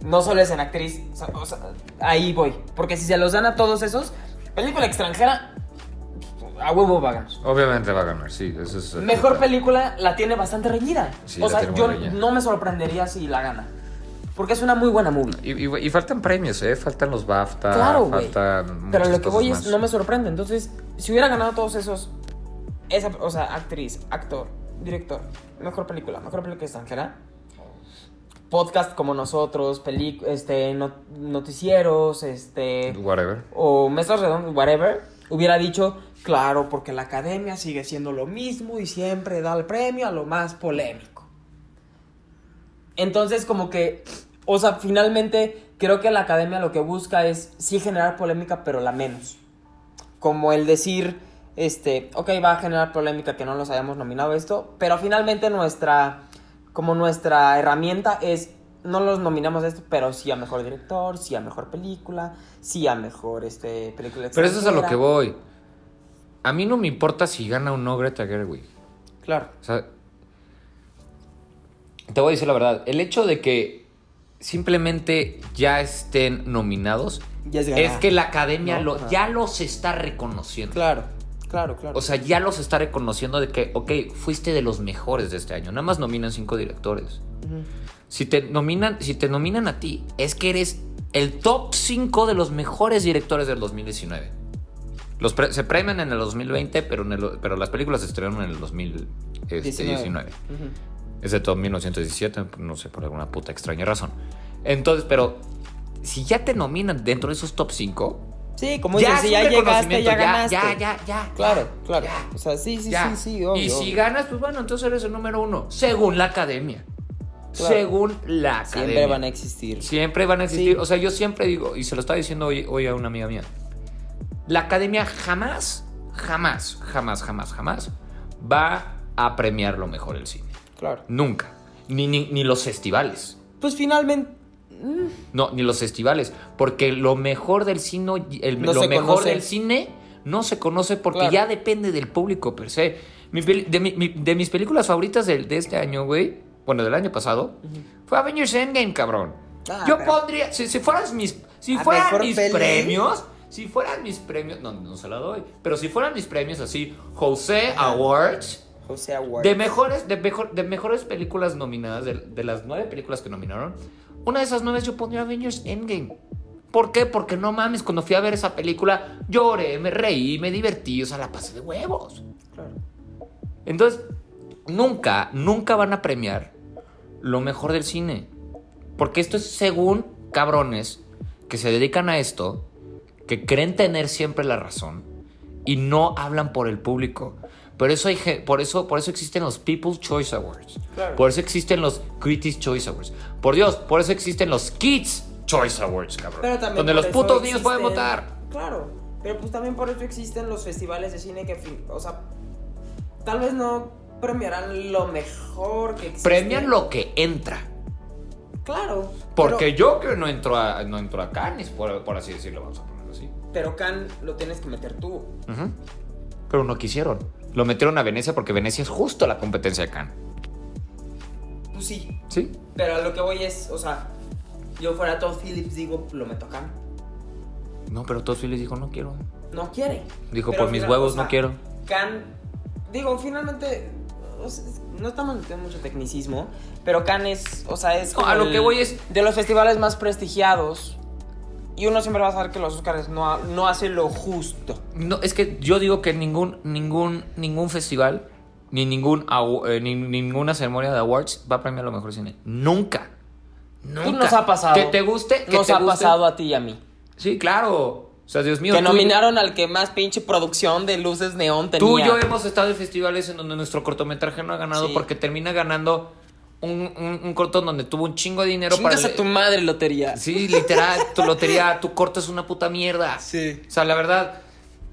no solo es en actriz. o sea, o sea, ahí voy. Porque si se los dan a todos esos, película extranjera, a huevo va a ganar.
Obviamente va a ganar, sí. Eso es.
Mejor película la tiene bastante reñida.
Sí,
o
la
sea,
tiene muy
yo
reñida.
no me sorprendería si la gana. Porque es una muy buena movie.
Y, y- y faltan premios, ¿eh? Faltan los BAFTA.
Claro, güey.
faltan
Pero
muchas
lo que
cosas
voy
más.
es, no me sorprende. Entonces, si hubiera ganado todos esos, esa, o sea, actriz, actor, director, mejor película, mejor película extranjera, podcast como nosotros, pelic- este, no- noticieros, este,
Whatever.
o mesas redondas, whatever, hubiera dicho, claro, porque la academia sigue siendo lo mismo y siempre da el premio a lo más polémico. Entonces, como que, o sea, finalmente creo que la academia lo que busca es sí generar polémica, pero la menos. Como el decir, este, ok, va a generar polémica que no los hayamos nominado a esto, pero finalmente nuestra, como nuestra herramienta es, no los nominamos a esto, pero sí a mejor director, sí a mejor película, sí a mejor, este, película
Pero eso es a lo que
extranjera.
voy. A mí no me importa si gana o no Greta Gerwig.
Claro.
O sea, te voy a decir la verdad, el hecho de que simplemente ya estén nominados
Ya es ganar.
es que la academia
No,
lo-
ajá.
ya los está reconociendo.
Claro, claro, claro.
O sea, ya los está reconociendo de que, ok, fuiste de los mejores de este año. Nada más nominan cinco directores.
Ujú.
Si te nominan, si te nominan a ti, es que eres el top 5 de los mejores directores del 2019. Los pre- se premian en el 2020, pero, en el- pero las películas se estrenaron en el este, 2019.
Ujú.
Es de todo 1917, no sé, por alguna puta extraña razón. Entonces, pero si ya te nominan dentro de esos top 5,
Sí, como dices, si
es
ya
un
llegaste, ya
reconocimiento,
ganaste.
Ya, ya, ya.
Claro, claro.
ya,
O sea, sí, sí,
ya.
sí, sí, obvio.
y si
obvio.
ganas, pues bueno, entonces eres el número uno. Según la academia.
Claro.
Según la academia.
Siempre van a existir.
Siempre van a existir.
Sí.
O sea, yo siempre digo, y se lo estaba diciendo hoy, hoy a una amiga mía, la academia jamás, jamás, jamás, jamás, jamás va a premiar lo mejor el cine.
Claro.
Nunca. Ni, ni, ni los festivales.
Pues finalmente.
No, ni los festivales. Porque lo mejor del cine, el-
No
lo
se
mejor
conoce.
del cine no se conoce porque
Claro.
ya depende del público per se. Mi peli- de, mi- mi- de mis películas favoritas del- de, este año, güey. Bueno, del año pasado. Fue Avengers Endgame, cabrón.
Ah,
Yo
pero-
podría. Si, si fueran mis. Si
Ah,
fueran
mejor
mis
peli.
premios. Si fueran mis premios. No, no se la doy. Pero si fueran mis premios así. Jose Awards.
O sea, guay.
De mejores, de mejor, de mejores películas nominadas, de, de las nueve películas que nominaron, una de esas nueve yo pondría Avengers Endgame. ¿Por qué? Porque no mames, cuando fui a ver esa película, lloré, me reí, me divertí, o sea, la pasé de huevos.
Claro.
Entonces, nunca, nunca van a premiar lo mejor del cine. Porque esto es según cabrones que se dedican a esto, que creen tener siempre la razón y no hablan por el público. Por eso, hay, ge- por eso, por eso existen los People's Choice Awards.
Claro.
Por eso existen los Critics Choice Awards. Por Dios, por eso existen los Kids Choice Awards, cabrón.
Pero también
donde
por
los
eso
putos niños pueden
existen-
votar.
Claro, pero pues también por eso existen los festivales de cine que, fin- o sea, tal vez no premiarán lo mejor que existe.
Premian lo que entra.
Claro.
Porque
pero,
yo que no entro a, no entro a Cannes, por, por así decirlo, vamos a ponerlo así.
Pero Can lo tienes que meter tú.
Ujú. Pero no quisieron. Lo metieron a Venecia porque Venecia es justo la competencia de Cannes.
Pues sí.
Sí.
Pero a lo que voy es, o sea, yo fuera Todd Phillips digo, lo meto a Can.
No, pero Todd Phillips dijo, no quiero.
No quiere.
Dijo,
Pero
por mis
final-
huevos
o sea,
no quiero.
Can, digo, finalmente, o sea, es- no estamos metiendo mucho tecnicismo, pero Can es, o sea, es...
No, a
como
lo que voy es-
De los festivales más prestigiados, y uno siempre va a saber que los Oscars no, ha- no hacen lo justo.
No, es que yo digo que ningún, ningún, ningún festival, ni, ningún, agu- eh, ni- ninguna ceremonia de awards va a premiar lo mejor cine. Nunca. Nunca.
Nos ha pasado.
Que te guste. Que
Nos
te
ha
guste.
pasado a ti y a mí.
Sí, claro. O sea, Dios mío.
Que
tú-
nominaron al que más pinche producción de luces neón tenía.
Tú y yo hemos estado en festivales en donde nuestro cortometraje no ha ganado
Sí.
porque termina ganando un, un, un corto en donde tuvo un chingo de dinero
Chingas
para.
a tu madre, lotería.
Sí, literal, tu lotería, tu corto es una puta mierda.
Sí.
O sea, la verdad,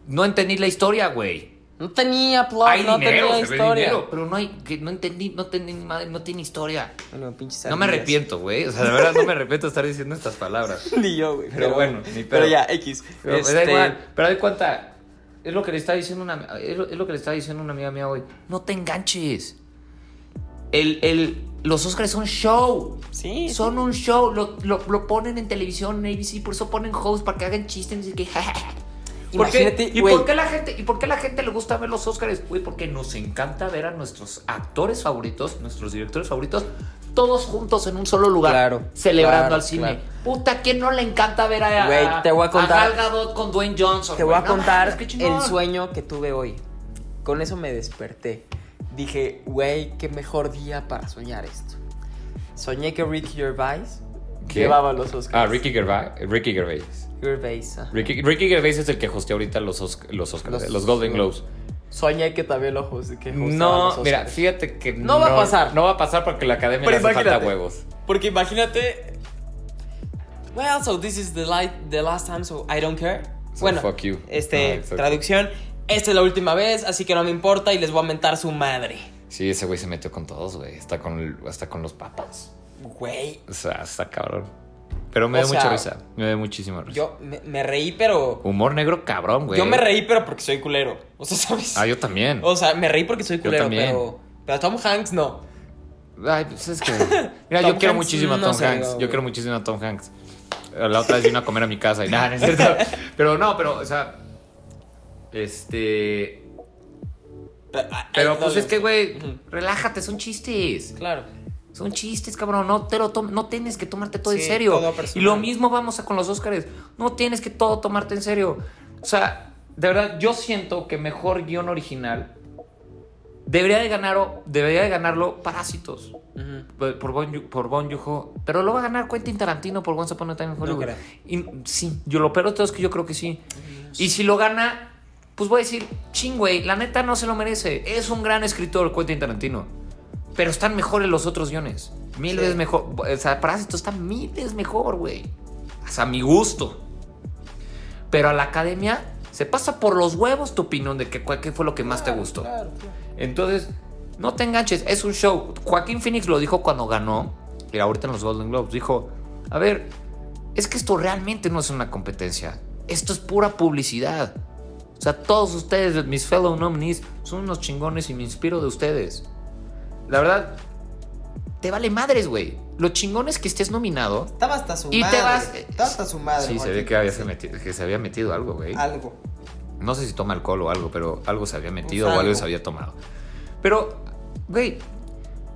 no entendí la historia, güey.
No tenía plot,
Hay
no
dinero,
tenía
se ve
historia.
dinero, pero no hay, que no entendí, no entendí ni madre, no tiene historia.
Bueno, pinches
No me
ardillas.
arrepiento, güey. O sea, la verdad no me arrepiento de estar diciendo estas palabras.
Ni yo, güey.
Pero bueno, ni pedo.
Pero ya, X.
Pero me da
Este,
igual, pero de cuenta, es lo que le está diciendo una es lo, es lo que le está diciendo una amiga mía hoy. No te enganches. El, el, los Oscars son show.
Sí,
Son un show. Lo, lo- lo ponen en televisión, en ABC, por eso ponen hosts para que hagan chistes y que jajaja. ¿Por qué?
Imagínate,
¿Y
güey.
por qué la gente, y por qué la gente le gusta ver los Oscars? Güey, porque nos encanta ver a nuestros actores favoritos, nuestros directores favoritos, todos juntos en un solo lugar,
Claro,
celebrando
claro,
al cine.
claro.
Puta, ¿quién no le encanta ver a,
Güey,
a-
te voy a contar-
Gal Gadot con Dwayne Johnson?
Te voy a
güey? No
contar
mames, qué chingón.
el sueño que tuve hoy. Con eso me desperté. Dije, güey, qué mejor día para soñar esto. Soñé que Ricky Gervais
¿Qué?
llevaba los Oscars.
Ah, Ricky Gervais. Ricky Gervais.
Gervais. ah. ajá.
Ricky, Ricky Gervais es el que hostea ahorita los, Osc- los Oscars,
Los-
eh, los, Golden Globes.
Soñé que también lo jus- que hosteaban los
No,
Oscars.
mira, fíjate que
No va a pasar.
No va a pasar porque la academia le
Pero
hace falta
imagínate.
huevos.
Porque imagínate. Well, so this is the, light, the last time, so I don't care.
So
bueno,
fuck you. Ah,
este,
exacto.
traducción. Esta es la última vez, así que no me importa y les voy a mentar su madre.
Sí, ese güey se metió con todos, güey. Hasta con, el- hasta con los papas.
Güey,
O sea, está cabrón. Pero me
O
da mucha
sea,
risa. Me da muchísima risa.
yo me, me reí, pero.
Humor negro cabrón, güey.
Yo me reí, pero porque soy culero. O sea, ¿sabes?
Ah, yo también.
O sea, me reí porque soy culero,
también.
pero. Pero Tom Hanks no.
Ay, pues es que. Mira,
Tom
yo quiero
Hanks,
muchísimo a
no
Tom
sé,
Hanks.
güey.
Yo quiero muchísimo a Tom Hanks. La otra vez vino a comer a mi casa y nada, no es cierto. Pero no, pero, o sea. Este. Pero pues
dale.
es que, güey,
Ujú.
relájate, son chistes.
Claro.
Son chistes, cabrón. No, te lo tom- no tienes que tomarte todo en
Sí,
serio.
todo
y
personal.
lo mismo vamos a con los Óscares. No tienes que todo tomarte en serio. O sea, de verdad, yo siento que mejor guión original debería de, ganar, o- debería de ganarlo Parásitos
Ujú.
Pues, por por Bon, Yu- por bon Joon-ho. Pero lo va a ganar Quentin Tarantino por Once Upon a Time in Hollywood.
creo.
Y, sí, yo lo peor de todo es que yo creo que sí. Y si lo gana, pues voy a decir, ching, güey, la neta no se lo merece. Es un gran escritor Quentin Tarantino. Pero están mejores los otros guiones. Mil
Sí.
veces mejor. O sea, Parásitos está mil veces mejor, güey. Hasta mi gusto. Pero a la academia se pasa por los huevos tu opinión de que, cuál- qué fue lo que más te gustó.
Claro, claro.
Entonces, no te enganches, es un show. Joaquín Phoenix lo dijo cuando ganó, y ahorita en los Golden Globes, dijo, a ver, es que esto realmente no es una competencia, esto es pura publicidad. O sea, todos ustedes, mis fellow nominees, son unos chingones y me inspiro de ustedes. La verdad, te vale madres, güey. Lo chingón es que estés nominado.
Estaba hasta su
Y te
madre.
vas-
Estaba hasta su madre.
Sí, se
Joaquín.
ve que, había
Sí.
metido- que se había metido algo, güey.
Algo.
No sé si toma alcohol o algo, pero algo se había metido
Ah. Pues
o algo
algo.
se había tomado. Pero, güey,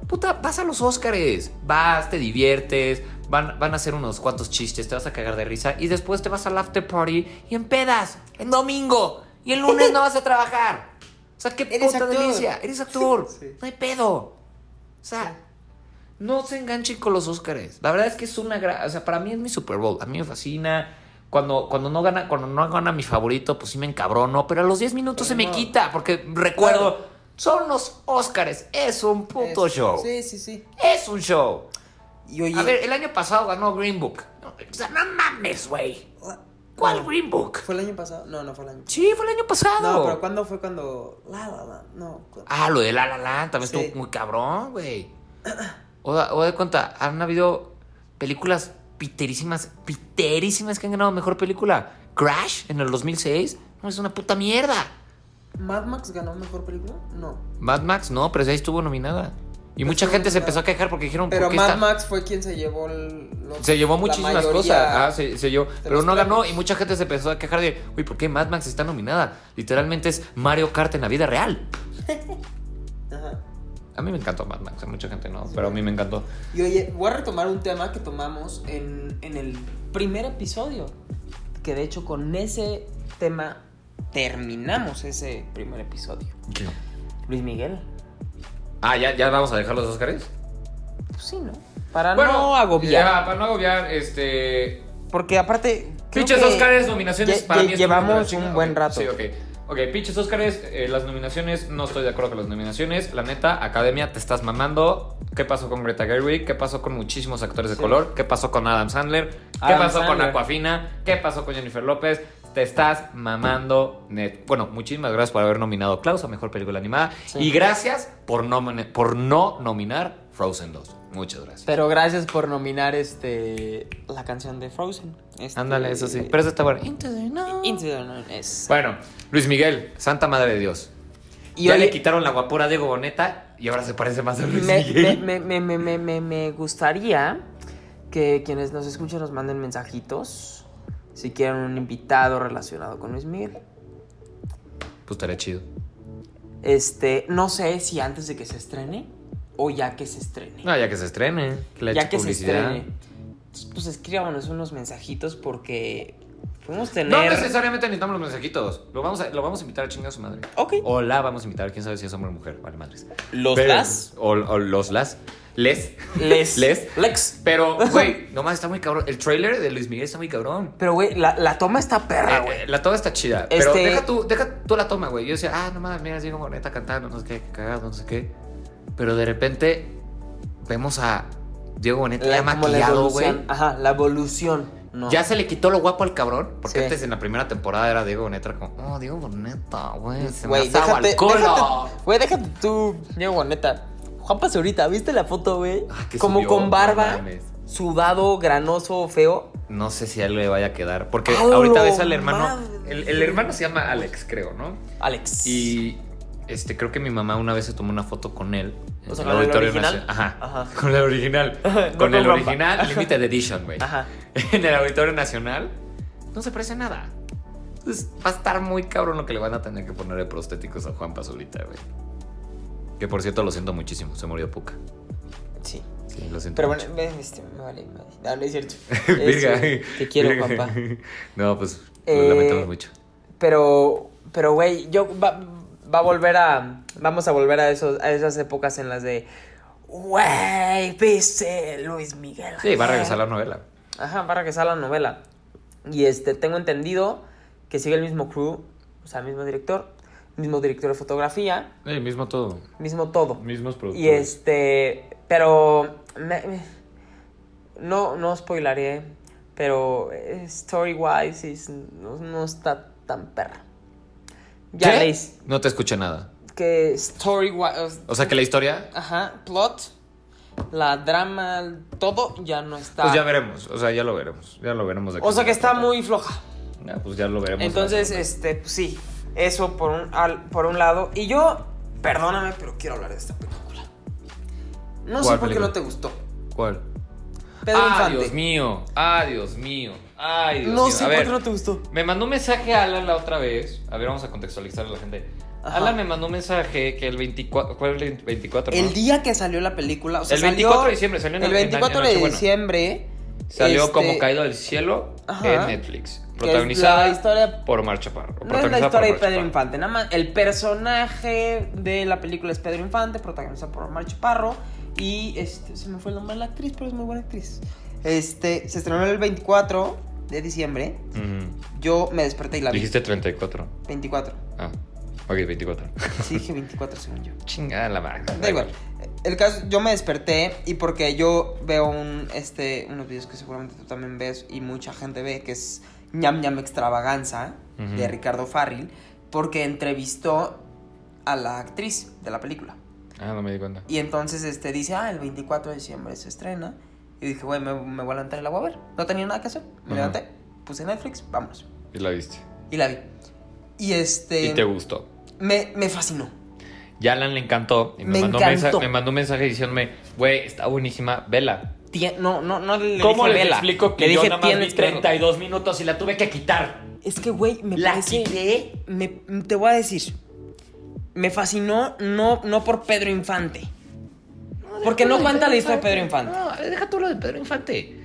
puta, vas a los Óscares. Vas, te diviertes, van, van a hacer unos cuantos chistes, te vas a cagar de risa y después te vas al after party y empedas en domingo y el lunes no vas a trabajar. O sea, qué
Eres
puta
actor.
delicia. Eres actor.
Sí.
No hay pedo. O sea, no se enganchen con los Óscares. La verdad es que es una gran... O sea, para mí es mi Super Bowl. A mí me fascina. Cuando, cuando, no gana, cuando no gana mi favorito, pues sí me encabrono. Pero a los 10 minutos se me
no.
quita. Porque recuerdo, son los Óscares. Es un puto
Es-
show.
Este, Sí, sí, sí.
Es un show.
Y oye,
A ver, el año pasado ganó Green Book. O sea, no mames, güey. ¿Cuál Green Book?
¿Fue el año pasado? No, no fue el año pasado.
Sí, fue el año pasado.
No, pero ¿cuándo fue cuando. La, la, la. No. cu-
Ah, lo de La La Land también
Sí.
estuvo muy cabrón, güey. O, da- o de cuenta, han habido películas piterísimas, piterísimas que han ganado mejor película. Crash en el 2006, no es una puta mierda.
¿Mad Max ganó mejor película? No.
Mad Max no, pero ahí estuvo nominada. Y mucha
estuvo
gente se
nominada.
empezó a quejar porque dijeron
Pero
¿por qué
Mad
está-
Max fue quien se llevó el- los-
Se llevó
la
muchísimas
mayoría-
cosas. Ah, se, se llevó. Pero
los
no ganó
premios.
y mucha gente se empezó a quejar de, uy, ¿por qué Mad Max está nominada? Literalmente es Mario Kart en la vida real. ah.
Ajá.
A mí me encantó Mad Max, a mucha gente no, pero a mí me encantó.
Y oye, voy a retomar un tema que tomamos en, en el primer episodio. Que de hecho con ese tema terminamos ese primer episodio. Luis Miguel.
Ah, ¿ya, ya vamos a dejar los Óscares.
Pues sí, ¿no? Para
Bueno,
no agobiar.
ya, para no agobiar, este.
Porque aparte. creo
Pinches
que-
Óscares, nominaciones
lle-
para
lle-
mí. estuvo de la
Llevamos
chinga.
un
Ok,
buen rato.
Sí, ok. Ok, pinches Óscares, eh, las nominaciones, no estoy de acuerdo con las nominaciones. La neta, Academia, te estás mamando. ¿Qué pasó con Greta Gerwig? ¿Qué pasó con muchísimos actores de
Sí.
color? ¿Qué pasó con Adam Sandler? ¿Qué
Adam
pasó con
Sandler.
Aquafina? ¿Qué pasó con Jennifer López? Te estás mamando. net. Bueno, muchísimas gracias por haber nominado a Klaus a Mejor Película Animada.
Sí.
Y gracias por, nomin- por no nominar Frozen 2. Muchas gracias.
Pero gracias por nominar este la canción de Frozen. Este-
Ándale, eso sí. Pero eso está bueno. Into the night.
Into the Unknown es-
Bueno, Luis Miguel, Santa Madre de Dios.
Y
ya
oye,
le quitaron la guapura de Goboneta y ahora se parece más a Luis
me,
Miguel.
me- me- me- me- me- me gustaría que quienes nos escuchan nos manden mensajitos si quieren un invitado relacionado con Luis Miguel.
Pues estaría chido.
Este, no sé si antes de que se estrene o ya que se estrene.
No, ya que se estrene. Que le
ya
eche
que
publicidad.
se estrene. Pues, pues escríbanos unos mensajitos porque podemos tener.
No necesariamente necesitamos los mensajitos. Lo vamos a, lo vamos a invitar a chingar a su madre.
Ok.
O la vamos a invitar, quién sabe si es hombre o mujer. Vale, madres.
Los
Pero-
las.
O, o los las. Les.
Les.
Les.
Lex.
Pero, güey, nomás está muy cabrón. El trailer de Luis Miguel está muy cabrón.
Pero, güey, la, la toma está perra,
Eh,
Ah, güey.
eh, la toma está chida. Pero
Este-
deja tú, deja tú la toma, güey. Yo decía, ah, no mames, mira, Diego Boneta cantando, no sé qué, cagado, no sé qué. Pero de repente vemos a Diego Boneta ya
como la
maquillado,
evolución.
güey.
Ajá, la evolución. No.
Ya se le quitó lo guapo al cabrón. Porque
Sí.
antes en la primera temporada era Diego Boneta como, oh, Diego Boneta, güey, se
Güey,
me asaba
déjate,
al culo.
déjate- Güey, déjate tú, Diego, neta. Juanpa ahorita, ¿viste la foto, güey?
Ah, que
Como
subió,
con
no
barba,
mames.
sudado, granoso, feo.
No sé si a él le vaya a quedar. Porque
¡A la
ahorita ves al hermano.
madre!
El, el hermano se llama Alex, creo, ¿no?
Alex.
Y este, creo que mi mamá una vez se tomó una foto con él. en
O sea,
el
¿con el
Auditorio
original?
Nacional. Ajá,
Ajá.
Con el original.
No
con
con
el
Rampa.
original Limited Edition, güey.
Ajá.
En el Auditorio Nacional no se parece a nada. Entonces va a estar muy cabrón lo que le van a tener que poner de prostéticos a Juan Pazurita, güey. Que por cierto lo siento muchísimo, se murió poca.
Sí.
Sí, lo siento.
Pero bueno,
mucho.
ve, este, me vale, me vale. No, no es cierto.
Virga.
Este, te quiero,
Virga.
papá.
No, pues lo
Eh,
lamentamos mucho.
Pero, pero, güey, yo va, va a volver a. Vamos a volver a, esos, a esas épocas en las de. Güey, viste Luis Miguel.
Sí, va a
ayer?"
regresar la novela.
Ajá, va a regresar la novela. Y este, tengo entendido que sigue el mismo crew, o sea, mismo director, mismo director de fotografía,
El mismo todo.
mismo todo.
Mismos productores.
Y este, pero me- me- no, no spoilaré, pero eh, story wise is- no, no está tan perra. Ya
¿Qué?
leís
No te escuché nada.
que story wise,
O sea que la historia.
ajá, plot, la drama, todo ya no está.
Pues ya veremos. O sea, ya lo veremos. Ya lo veremos. de
o
qué
sea
se
que está
trata.
muy floja.
Ya, pues ya lo veremos.
Entonces, este, pues sí, eso por un, al- por un lado. Y yo, perdóname, pero quiero hablar de esta película. No sé
¿Cuál
por qué
película?
no te gustó.
¿Cuál?
Pedro
ah,
Infante.
Dios mío. Ah, Dios mío. Ay, Dios
no
mío.
sé
a
por
ver,
qué no te gustó.
me mandó un mensaje a Alan la otra vez. A ver, vamos a contextualizar a la gente.
Ajá.
Alan me mandó un mensaje que el 24. ¿Cuál es el 24? no?
El día que salió la película, o sea,
El
salió-
24 de diciembre, salió en
el
la- en la-
24
en
de
Nochebuena.
diciembre.
Salió
este,
como caído del cielo
Ajá.
en Netflix.
es
Protagonizada
la historia-
por Omar Chaparro.
No es la
protagonizada por
historia de
Omar
Pedro
Chaparro.
Infante, nada más el personaje de la película es Pedro Infante, protagonizado por Omar Chaparro y este se me fue el nombre de la actriz, pero es muy buena actriz. Este se estrenó el 24 de diciembre.
Ujú.
Yo me desperté y la vi.
Dijiste 34.
24.
Ah, ok, 24.
Sí, dije 24 según yo.
Chingada la madre.
Da igual. El caso, yo me desperté y porque yo veo un, este, unos videos que seguramente tú también ves y mucha gente ve, que es ñam ñam extravaganza
Ujú.
de Ricardo Farril, porque entrevistó a la actriz de la película.
Ah, no me di cuenta.
Y entonces este, dice, ah, el 24 de diciembre se estrena. Y dije, güey, me, me voy a levantar y la voy a ver. No tenía nada que hacer. Me
Ajá.
levanté, puse Netflix, vamos.
Y la viste.
Y la vi. Y este...
Y te gustó.
me, me fascinó.
Ya Alan le encantó. Y me,
Me
mandó un mensaje,
encantó.
me mandó un mensaje diciéndome, güey, está buenísima, vela.
Tie- No, no, no le
¿Cómo
dije
les
vela.
explico que
Le
yo
dije,
nada más vi
"Tienes que verla".
32 minutos y la tuve que quitar?
Es que, güey, me
La
parece... me- te voy a decir. Me fascinó no, no por Pedro Infante. Porque no cuenta la historia de Pedro Infante.
No, deja tú lo de Pedro Infante.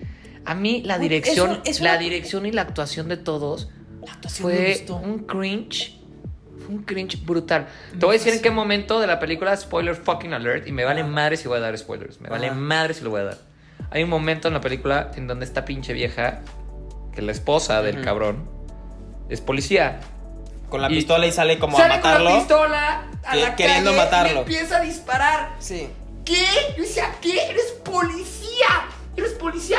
A mí la
Güey,
dirección,
eso- eso-
la dirección y la actuación de todos
La actuación me
fue
gustó.
un cringe. Fue un cringe brutal. Te voy a decir en qué momento de la película, spoiler fucking alert, y me vale madre si voy a dar spoilers. Me vale
Ajá.
madre si lo voy a dar. Hay un momento en la película en donde esta pinche vieja, que es la esposa del
Ujú.
cabrón, es policía.
Con la
Y-
pistola y sale como
Sale
a matarlo.
con la pistola a
que-
la
queriendo
calle y
matarlo.
empieza a disparar.
Sí.
¿Qué? Yo decía, ¿qué? Eres policía. Eres policía.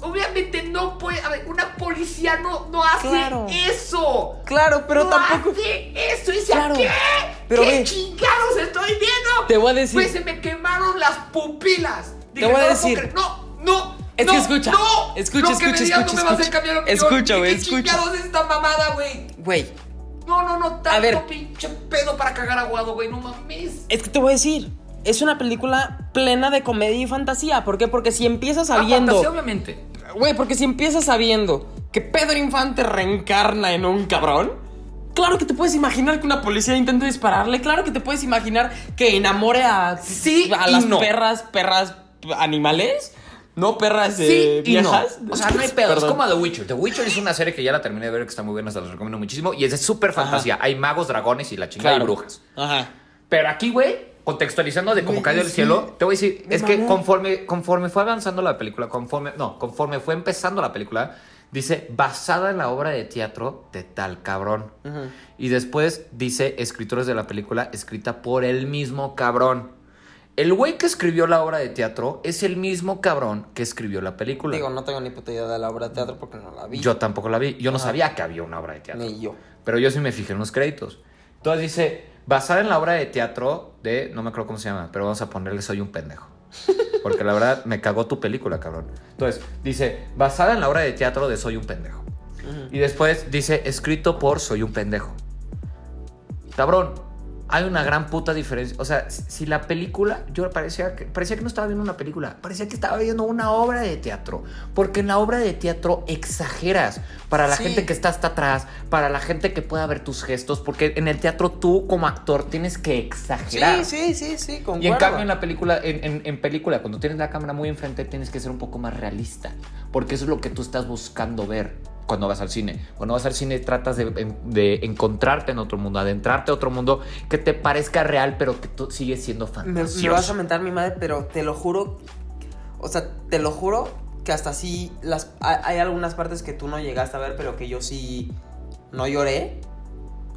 Obviamente no puede. A ver, una policía no, no hace
Claro.
eso.
Claro, pero
no
tampoco.
hace eso. Yo decía,
Claro.
¿qué?
Pero
¿Qué
ve.
chingados estoy viendo?
Te voy a decir.
Pues se me quemaron las pupilas. Dije,
voy a
no lo
decir.
puedo creer. No, no.
Es
no,
que escucha.
No. Lo
Escucha,
que
escucha,
me digas
escucha,
No me va a hacer
escucha.
cambiar opinión.
Escucha,
¿De
güey,
¿Qué
escucha.
chingados es esta mamada, güey?
Güey,
No, no, no. Tanto
ver.
pinche pedo para cagar aguado, güey. No mames.
es que te voy a decir. Es una película plena de comedia y fantasía. ¿Por qué? Porque si empiezas
Ah,
sabiendo.
fantasía, obviamente.
Güey, porque si empiezas sabiendo que Pedro Infante reencarna en un cabrón, claro que te puedes imaginar que una policía intente dispararle, claro que te puedes imaginar que enamore a,
Sí
a
y
las
no.
perras, perras animales, no perras
Sí
eh,
y no.
viejas.
O sea, no hay pedo. Es
Perdón.
como The Witcher. The Witcher es una serie que ya la terminé de ver, que está muy buena, se las recomiendo muchísimo. Y es de súper fantasía. Hay magos, dragones y la chingada
Claro.
y brujas.
Ajá.
Pero aquí, güey, contextualizando de como
Güey,
cayó del
sí.
cielo, te voy a decir,
Me
es que
mamó.
conforme, conforme fue avanzando la película, conforme, no, conforme fue empezando la película, dice, basada en la obra de teatro de tal cabrón.
Ujú.
Y después dice escritores de la película escrita por el mismo cabrón. El güey que escribió la obra de teatro es el mismo cabrón que escribió la película.
Digo, no tengo ni puta idea de la obra de teatro porque no la vi.
Yo tampoco la vi. Yo no
Ah.
sabía que había una obra de teatro.
Ni yo.
Pero yo sí me fijé en los créditos. Entonces dice, basada en la obra de teatro de, no me acuerdo cómo se llama, pero vamos a ponerle Soy un pendejo. Porque la verdad me cagó tu película, cabrón. Entonces dice, basada en la obra de teatro de Soy un pendejo.
Ujú.
Y después dice, escrito por Soy un pendejo. Cabrón, hay una gran puta diferencia. O sea, si la película, yo parecía que, parecía que no estaba viendo una película, parecía que estaba viendo una obra de teatro. Porque en la obra de teatro exageras para la
Sí.
gente que está hasta atrás, para la gente que pueda ver tus gestos, porque en el teatro tú como actor tienes que exagerar.
Sí, sí, sí, sí, concuerdo.
Y en cambio en la película, en, en- en película, cuando tienes la cámara muy enfrente, tienes que ser un poco más realista, porque eso es lo que tú estás buscando ver cuando vas al cine. Cuando vas al cine tratas de, em, de encontrarte en otro mundo, adentrarte a otro mundo que te parezca real, pero que tú sigues siendo
Me, me vas a
fantasioso.
mentar mi madre, pero te lo juro. O sea, te lo juro que hasta sí. Las, hay, hay algunas partes que tú no llegaste a ver, pero que yo sí. No lloré.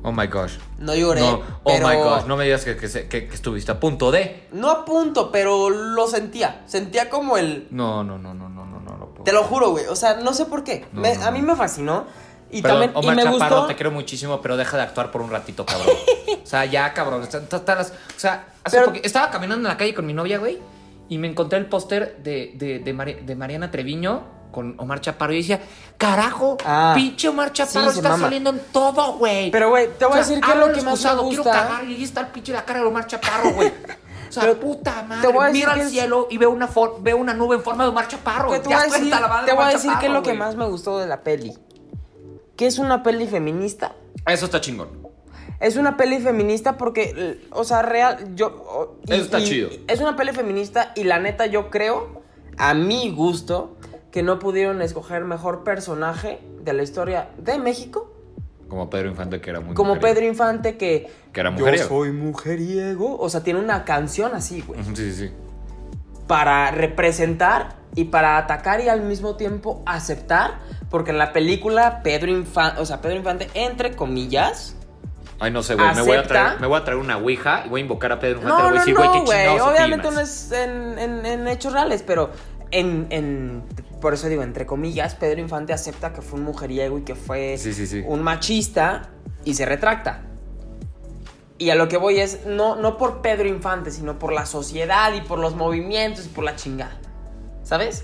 Oh my gosh.
No lloré.
No, oh
pero-
my gosh, no me digas que, que se- que- que estuviste a punto de.
No a punto, pero lo sentía. Sentía como el.
No, no, no, no, no, no, no. no puedo.
Te lo juro, güey. O sea, no sé por qué.
No,
Me-
no,
a mí
no.
me fascinó. Y
Perdón,
también.
Omar
y me
Chaparro,
gustó.
te quiero muchísimo, pero deja de actuar por un ratito, cabrón. o sea, ya, cabrón. está- está- está las- o sea, hace
Pero-
poqui- estaba caminando en la calle con mi novia, güey, y me encontré el póster de, de, de Mari- de Mariana Treviño con Omar Chaparro. Y decía, carajo,
Ah.
pinche Omar Chaparro
Sí, se
está
mama.
saliendo en todo, güey.
Pero, güey, te
O sea,
voy
ah,
a decir que es
hablo
lo que más me
excusado,
gusta.
Quiero cagar y ahí está el pinche la cara de Omar Chaparro, güey. O sea,
Pero
puta madre.
te voy a decir
Miro
que
al
es-
cielo y veo una, for- veo una nube en forma de Omar Chaparro.
Güey,
güey.
te
Ya
voy a
estoy
decir,
hasta la madre
te
de
voy a
Omar
decir que es lo
Chaparro,
que
güey.
más me gustó de la peli. Que es una peli feminista.
Eso está chingón.
Es una peli feminista porque, l- o sea, real, yo... o- y-
Eso está
y-
chido.
Es una peli feminista y la neta yo creo, a mi gusto, que no pudieron escoger mejor personaje de la historia de México.
Como Pedro Infante, que era muy
como
mujeriego.
Pedro Infante que...
Que era
yo
mujeriego.
soy mujeriego. O sea, tiene una canción así, güey.
Ujú, Sí, sí, sí.
para representar y para atacar y al mismo tiempo aceptar, porque en la película Pedro Infante, o sea, Pedro Infante entre comillas,
Ay, no sé, güey. Me, voy a traer-
¿Acepta?
me voy a traer una ouija y voy a invocar a Pedro Infante.
no,
le voy a
no,
decir, güey,
no,
qué
güey,
chingados
obviamente
opinas.
no es en, en- en hechos reales, pero en, en- por eso digo entre comillas, Pedro Infante acepta que fue un mujeriego y que fue
Sí, sí, sí.
un machista y se retracta. Y a lo que voy es no no por Pedro Infante, sino por la sociedad y por los movimientos y por la chingada. ¿Sabes?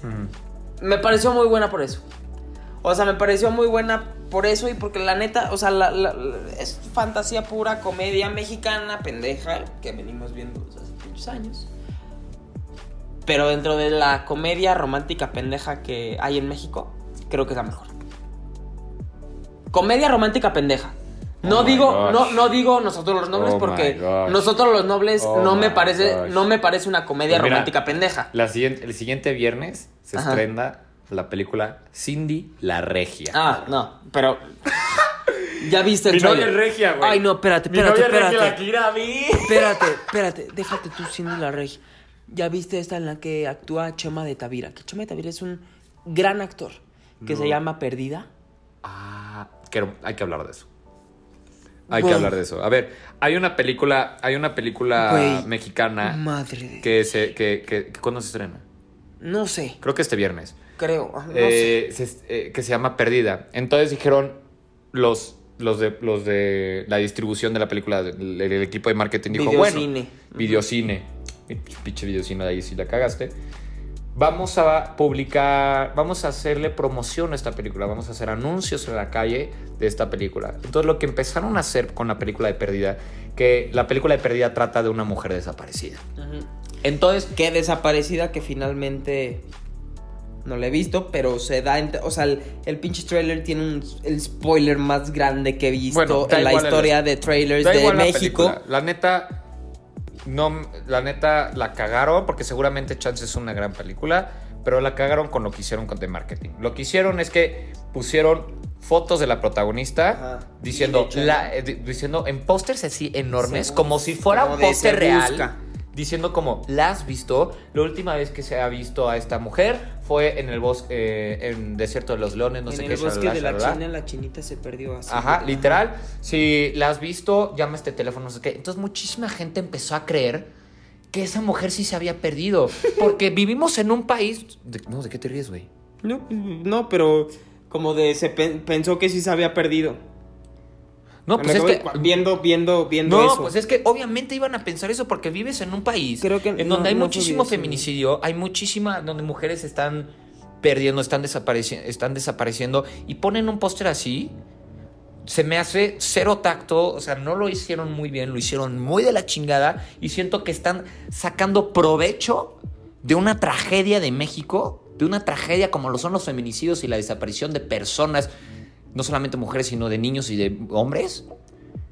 me pareció muy buena por eso. O sea, me pareció muy buena por eso y porque la neta, o sea, la- la- la- es fantasía pura, comedia mexicana, pendeja, que venimos viendo desde hace muchos años. Pero dentro de la comedia romántica pendeja que hay en México, creo que es la mejor. Comedia romántica pendeja. No
Oh my
digo, no,
gosh.
no digo nosotros los nobles
Oh my
porque
gosh.
nosotros los nobles
Oh
no me
my
parece,
gosh.
no me parece una comedia
Pues mira,
romántica pendeja.
La siguiente, el siguiente viernes se
Ajá.
estrena la película Cindy la Regia.
Ah, no, pero. Ya viste el
Mi novia
tráiler.
es regia, güey.
Ay, no, espérate,
Mi novia
espérate,
es regia, la
espérate.
quiere a mí.
Espérate, espérate, déjate tú Cindy la regia. Ya viste esta en la que actúa Chema de Tavira. Que Chema de Tavira es un gran actor que se llama Perdida.
Ah, quiero- hay que hablar de eso. Hay
Güey.
que hablar de eso. A ver, hay una película, hay una película
Güey.
mexicana
Madre de.
que se, que, que, que- ¿cuándo se estrena?
No sé,
Creo que este viernes.
creo. Ah, No sé.
eh, se- eh, que se llama Perdida. Entonces dijeron los, los, de, los de la distribución de la película, el, el equipo de marketing dijo,
Videocine.
bueno, videocine. Pinche videocine de ahí si la cagaste. Vamos a publicar, vamos a hacerle promoción a esta película, vamos a hacer anuncios en la calle de esta película. Entonces lo que empezaron a hacer con la película de Perdida, que la película de Perdida trata de una mujer desaparecida.
Ujú.
Entonces
Que desaparecida que finalmente. No la he visto, pero se da. ent- O sea, el, el pinche trailer tiene un, el spoiler más grande que he visto
Bueno, da
en la
igual el-
historia de trailers
Da
de
igual la
México.
película. La neta, no, la neta la cagaron porque seguramente Chance es una gran película, pero la cagaron con lo que hicieron con The Marketing. Lo que hicieron es que pusieron fotos de la protagonista
Ajá.
diciendo,
Bien hecha,
la- eh, di- diciendo en pósters así enormes,
Se bus-
como si fuera
como
un
de se
póster real.
busca.
Diciendo como, ¿la has visto? La última vez que se ha visto a esta mujer fue en el bosque, eh, en Desierto de los Leones, no sé
en
qué.
el bosque
shalala,
de la
shalala".
China, la chinita se perdió así.
Ajá, literal. Si la has visto, llama a este teléfono, no sé qué. Entonces muchísima gente empezó a creer que esa mujer sí se había perdido. Porque vivimos en un país... de- no, ¿de qué te ríes, güey?
No, no, pero como de se pe- pensó que sí se había perdido.
No,
Me
pues es
acabo de-
que...
viendo, viendo, viendo
No,
eso.
pues es que obviamente iban a pensar eso porque vives en un país
Creo que
en
no-
donde hay
no fue
muchísimo
videocine.
feminicidio, hay muchísima donde mujeres están perdiendo, están desapareciendo, están desapareciendo y ponen un póster así. se me hace cero tacto, o sea, no lo hicieron muy bien, lo hicieron muy de la chingada y siento que están sacando provecho de una tragedia de México, de una tragedia como lo son los feminicidios y la desaparición de personas, no solamente mujeres, sino de niños y de hombres,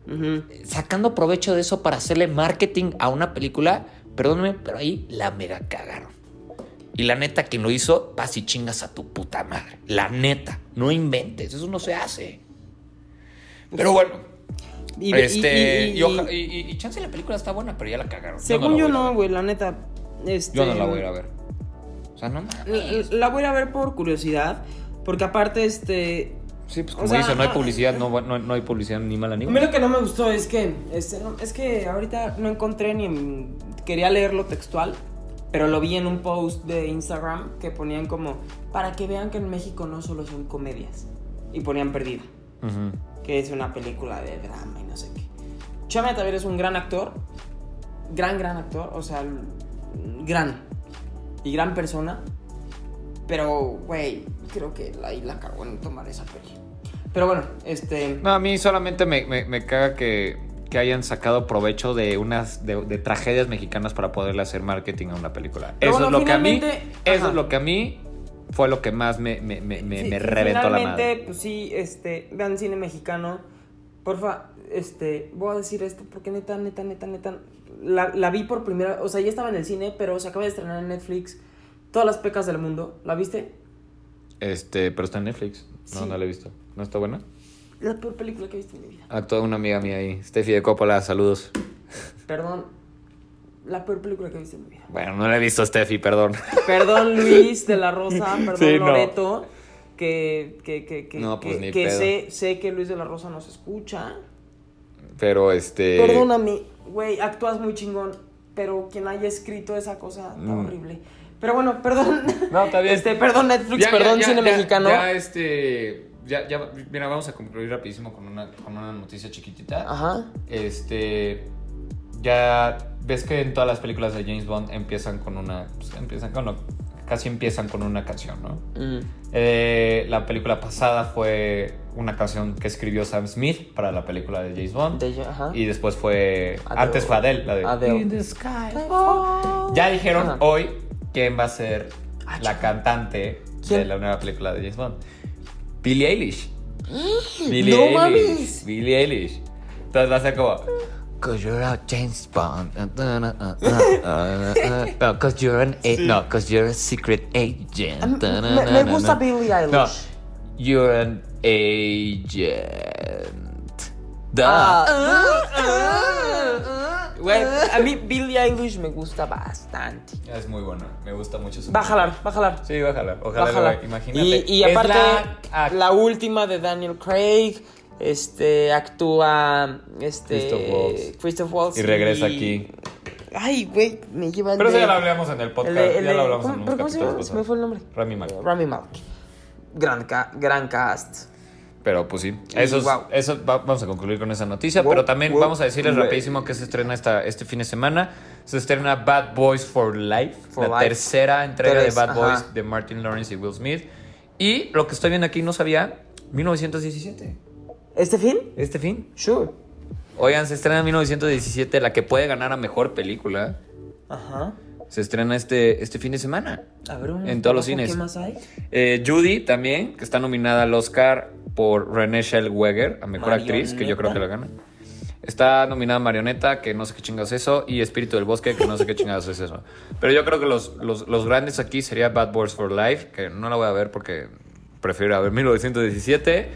Ujú.
sacando provecho de eso para hacerle marketing a una película, perdóname, pero ahí la mega cagaron. Y la neta, quien lo hizo, vas y chingas a tu puta madre. La neta, no inventes, eso no se hace. Pero bueno,
Y- y-
este,
y- y-
y, oja- y- y- y chance la película está buena, pero ya la cagaron.
Según
la voy
yo
a
no,
ir
güey, la neta.
a ver.
Este,
Yo no la voy a ir a ver. O sea, no mames.
la- La voy a ir a ver por curiosidad, porque aparte, este...
Sí, pues
o
como
sea,
dice, no hay
ah,
publicidad, no, va- no- no hay publicidad ni mala ni
A mí
buena.
lo que no me gustó es que, este, no, es que ahorita no encontré ni... en- quería leerlo textual, pero lo vi en un post de Instagram que ponían como, para que vean que en México no solo son comedias, y ponían perdida.
Ujú.
que es una película de drama y no sé qué. Chama Taver es un gran actor, gran, gran actor, o sea, gran y gran persona, pero, güey, creo que ahí la cagó en tomar esa peli. Pero bueno, este...
No, a mí solamente me, me- me caga que, que hayan sacado provecho de unas de, de tragedias mexicanas para poderle hacer marketing a una película.
Pero
eso
bueno,
es lo que a mí.
finalmente,
Eso
ajá.
es lo que a mí fue lo que más me, me- me- me-
sí,
me
sí,
reventó la
finalmente,
madre.
pues sí, este, vean cine mexicano, porfa, este, voy a decir esto porque neta, neta, neta, neta, la, la vi por primera, o sea, ya estaba en el cine, pero se acaba de estrenar en Netflix, Todas las pecas del mundo, ¿la viste?
Este, pero está en Netflix. No,
Sí.
no la he visto. ¿No está buena?
La peor película que he visto en mi vida.
Actúa una amiga mía ahí, Steffi de Coppola, saludos.
Perdón. La peor película que he visto en mi vida.
Bueno, no la he visto, Steffi, perdón.
Perdón, Luis de la Rosa. Perdón,
Sí, no.
Loreto. Que, que, que, que,
No, pues,
que,
ni
que
pedo.
sé, sé que Luis de la Rosa nos escucha.
Pero este.
Perdóname, güey, actúas muy chingón. Pero quien haya escrito esa cosa está
Mm.
horrible. Pero bueno, perdón.
No, está bien.
Este, perdón, Netflix,
Ya,
perdón,
ya, ya,
cine
ya,
mexicano.
Ya, este. Ya, ya, mira, vamos a concluir rapidísimo con una, con una noticia chiquitita.
Ajá.
Este. Ya ves que en todas las películas de James Bond empiezan con una. pues, empiezan con. lo- Casi empiezan con una canción, ¿no?
Mm.
Eh, la película pasada fue una canción que escribió Sam Smith para la película de James Bond.
De- ajá.
Y después fue.
Adele.
Antes fue Adele, la de.
Adele.
In the sky. Ya dijeron
Ajá.
hoy quién va a ser
Ah,
la
chica.
cantante de
¿Quién?
la nueva película de James Bond. Billie Eilish. Billie
Mm, ¡No
Eilish.
mames!
Billie Eilish. Entonces va a ser como. Cause you're a James Bond. No, cause you're an a- no, cause you're a secret agent.
A mí- Um, me, me gusta Billie Eilish.
No, you're an agent. Duh.
Ah,
Ah.
Güey, a mí Billie Eilish me gusta bastante.
Es muy bueno, me gusta mucho su
Va a jalar, va a jalar.
Sí, bájala. Ojalá
Bájala.
lo-
Y,
imagínate.
y
Es
aparte,
la-
la,
ah,
última de Daniel Craig, este, actúa, este,
Christoph Waltz.
Christoph Waltz
Y regresa aquí.
Ay, güey, me lleva el
Pero eso
de-
ya lo hablamos en el podcast.
el de- el
ya
de-
lo hablamos en
¿cómo-
unos
pero ¿cómo se llama?
capítulos
Se me fue el nombre.
Rami Malek.
Rami Malek. Gran, ca- gran cast.
Pero pues sí.
Y
Eso, es-
guau.
eso va- vamos a concluir con esa noticia.
Wow,
pero también
wow,
vamos a decirles
güey.
rapidísimo que se estrena esta, este fin de semana. Se estrena Bad Boys for Life.
For
la
Life.
tercera entrega
Tres,
de Bad
ajá.
Boys de Martin Lawrence y Will Smith. Y lo que estoy viendo aquí no sabía. 1917.
¿Este fin?
Este fin.
Sure.
Oigan, se estrena 1917, la que puede ganar a mejor película.
Ajá.
Se estrena este, este fin de semana.
A ver, un
En todos los
abajo,
cines.
¿Qué más hay?
Eh, Judy también, que está nominada al Oscar por Renée Zellweger a Mejor Actriz, que yo creo que la gana. Está nominada Marioneta, que no sé qué chingados es eso, y Espíritu del Bosque, que no sé qué chingados es eso. Pero yo creo que los, los, los grandes aquí sería Bad Boys for Life, que no la voy a ver porque prefiero ir a ver 1917,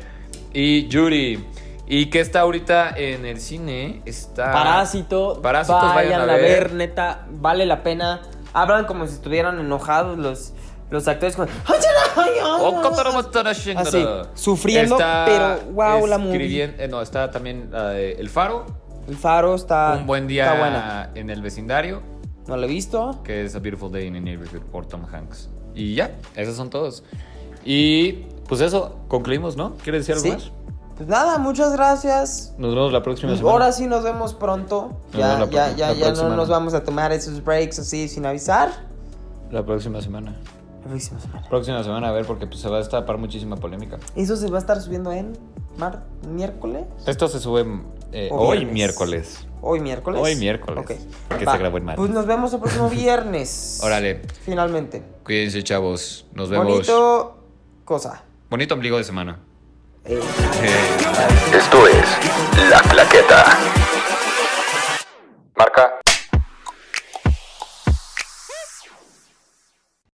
y Judy. Y que está ahorita en el cine, está...
Parásito.
Ah, Parásitos,
vayan, a ver.
ver.
neta, vale la pena. Hablan como si estuvieran enojados los, los actores. Con... ¡Ay, ya la- ay, ay,
O
ay,
Kotaro
ay!
Motaro Shindoro.
Así, Ah, sufriendo, pero guau, la movie.
escribien- eh, no, está también la de El Faro,
El faro está.
Un buen
Está buena.
día en el vecindario,
No lo he visto.
que es A Beautiful Day in the Neighborhood por Tom Hanks. Y ya, esos son todos. Y pues eso, concluimos, ¿no? ¿Quieres decir algo
Sí.
más?
Pues nada, muchas gracias.
Nos vemos la próxima semana.
Ahora sí nos vemos pronto.
Nos
Ya,
vemos la
ya,
pro-
ya,
la
ya no
próxima.
nos vamos a tomar esos breaks así sin avisar.
La próxima semana.
La próxima semana.
Próxima semana a ver porque pues, se va a destapar muchísima polémica.
Eso se va a estar subiendo en mar miércoles.
Esto se sube eh,
O
hoy
viernes.
miércoles.
Hoy miércoles.
Hoy miércoles,
Ok.
que se grabó en martes.
Pues nos vemos el próximo viernes.
Órale,
Finalmente.
cuídense chavos. Nos vemos.
Bonito cosa.
Bonito ombligo de semana.
Eh.
Esto es La Claqueta.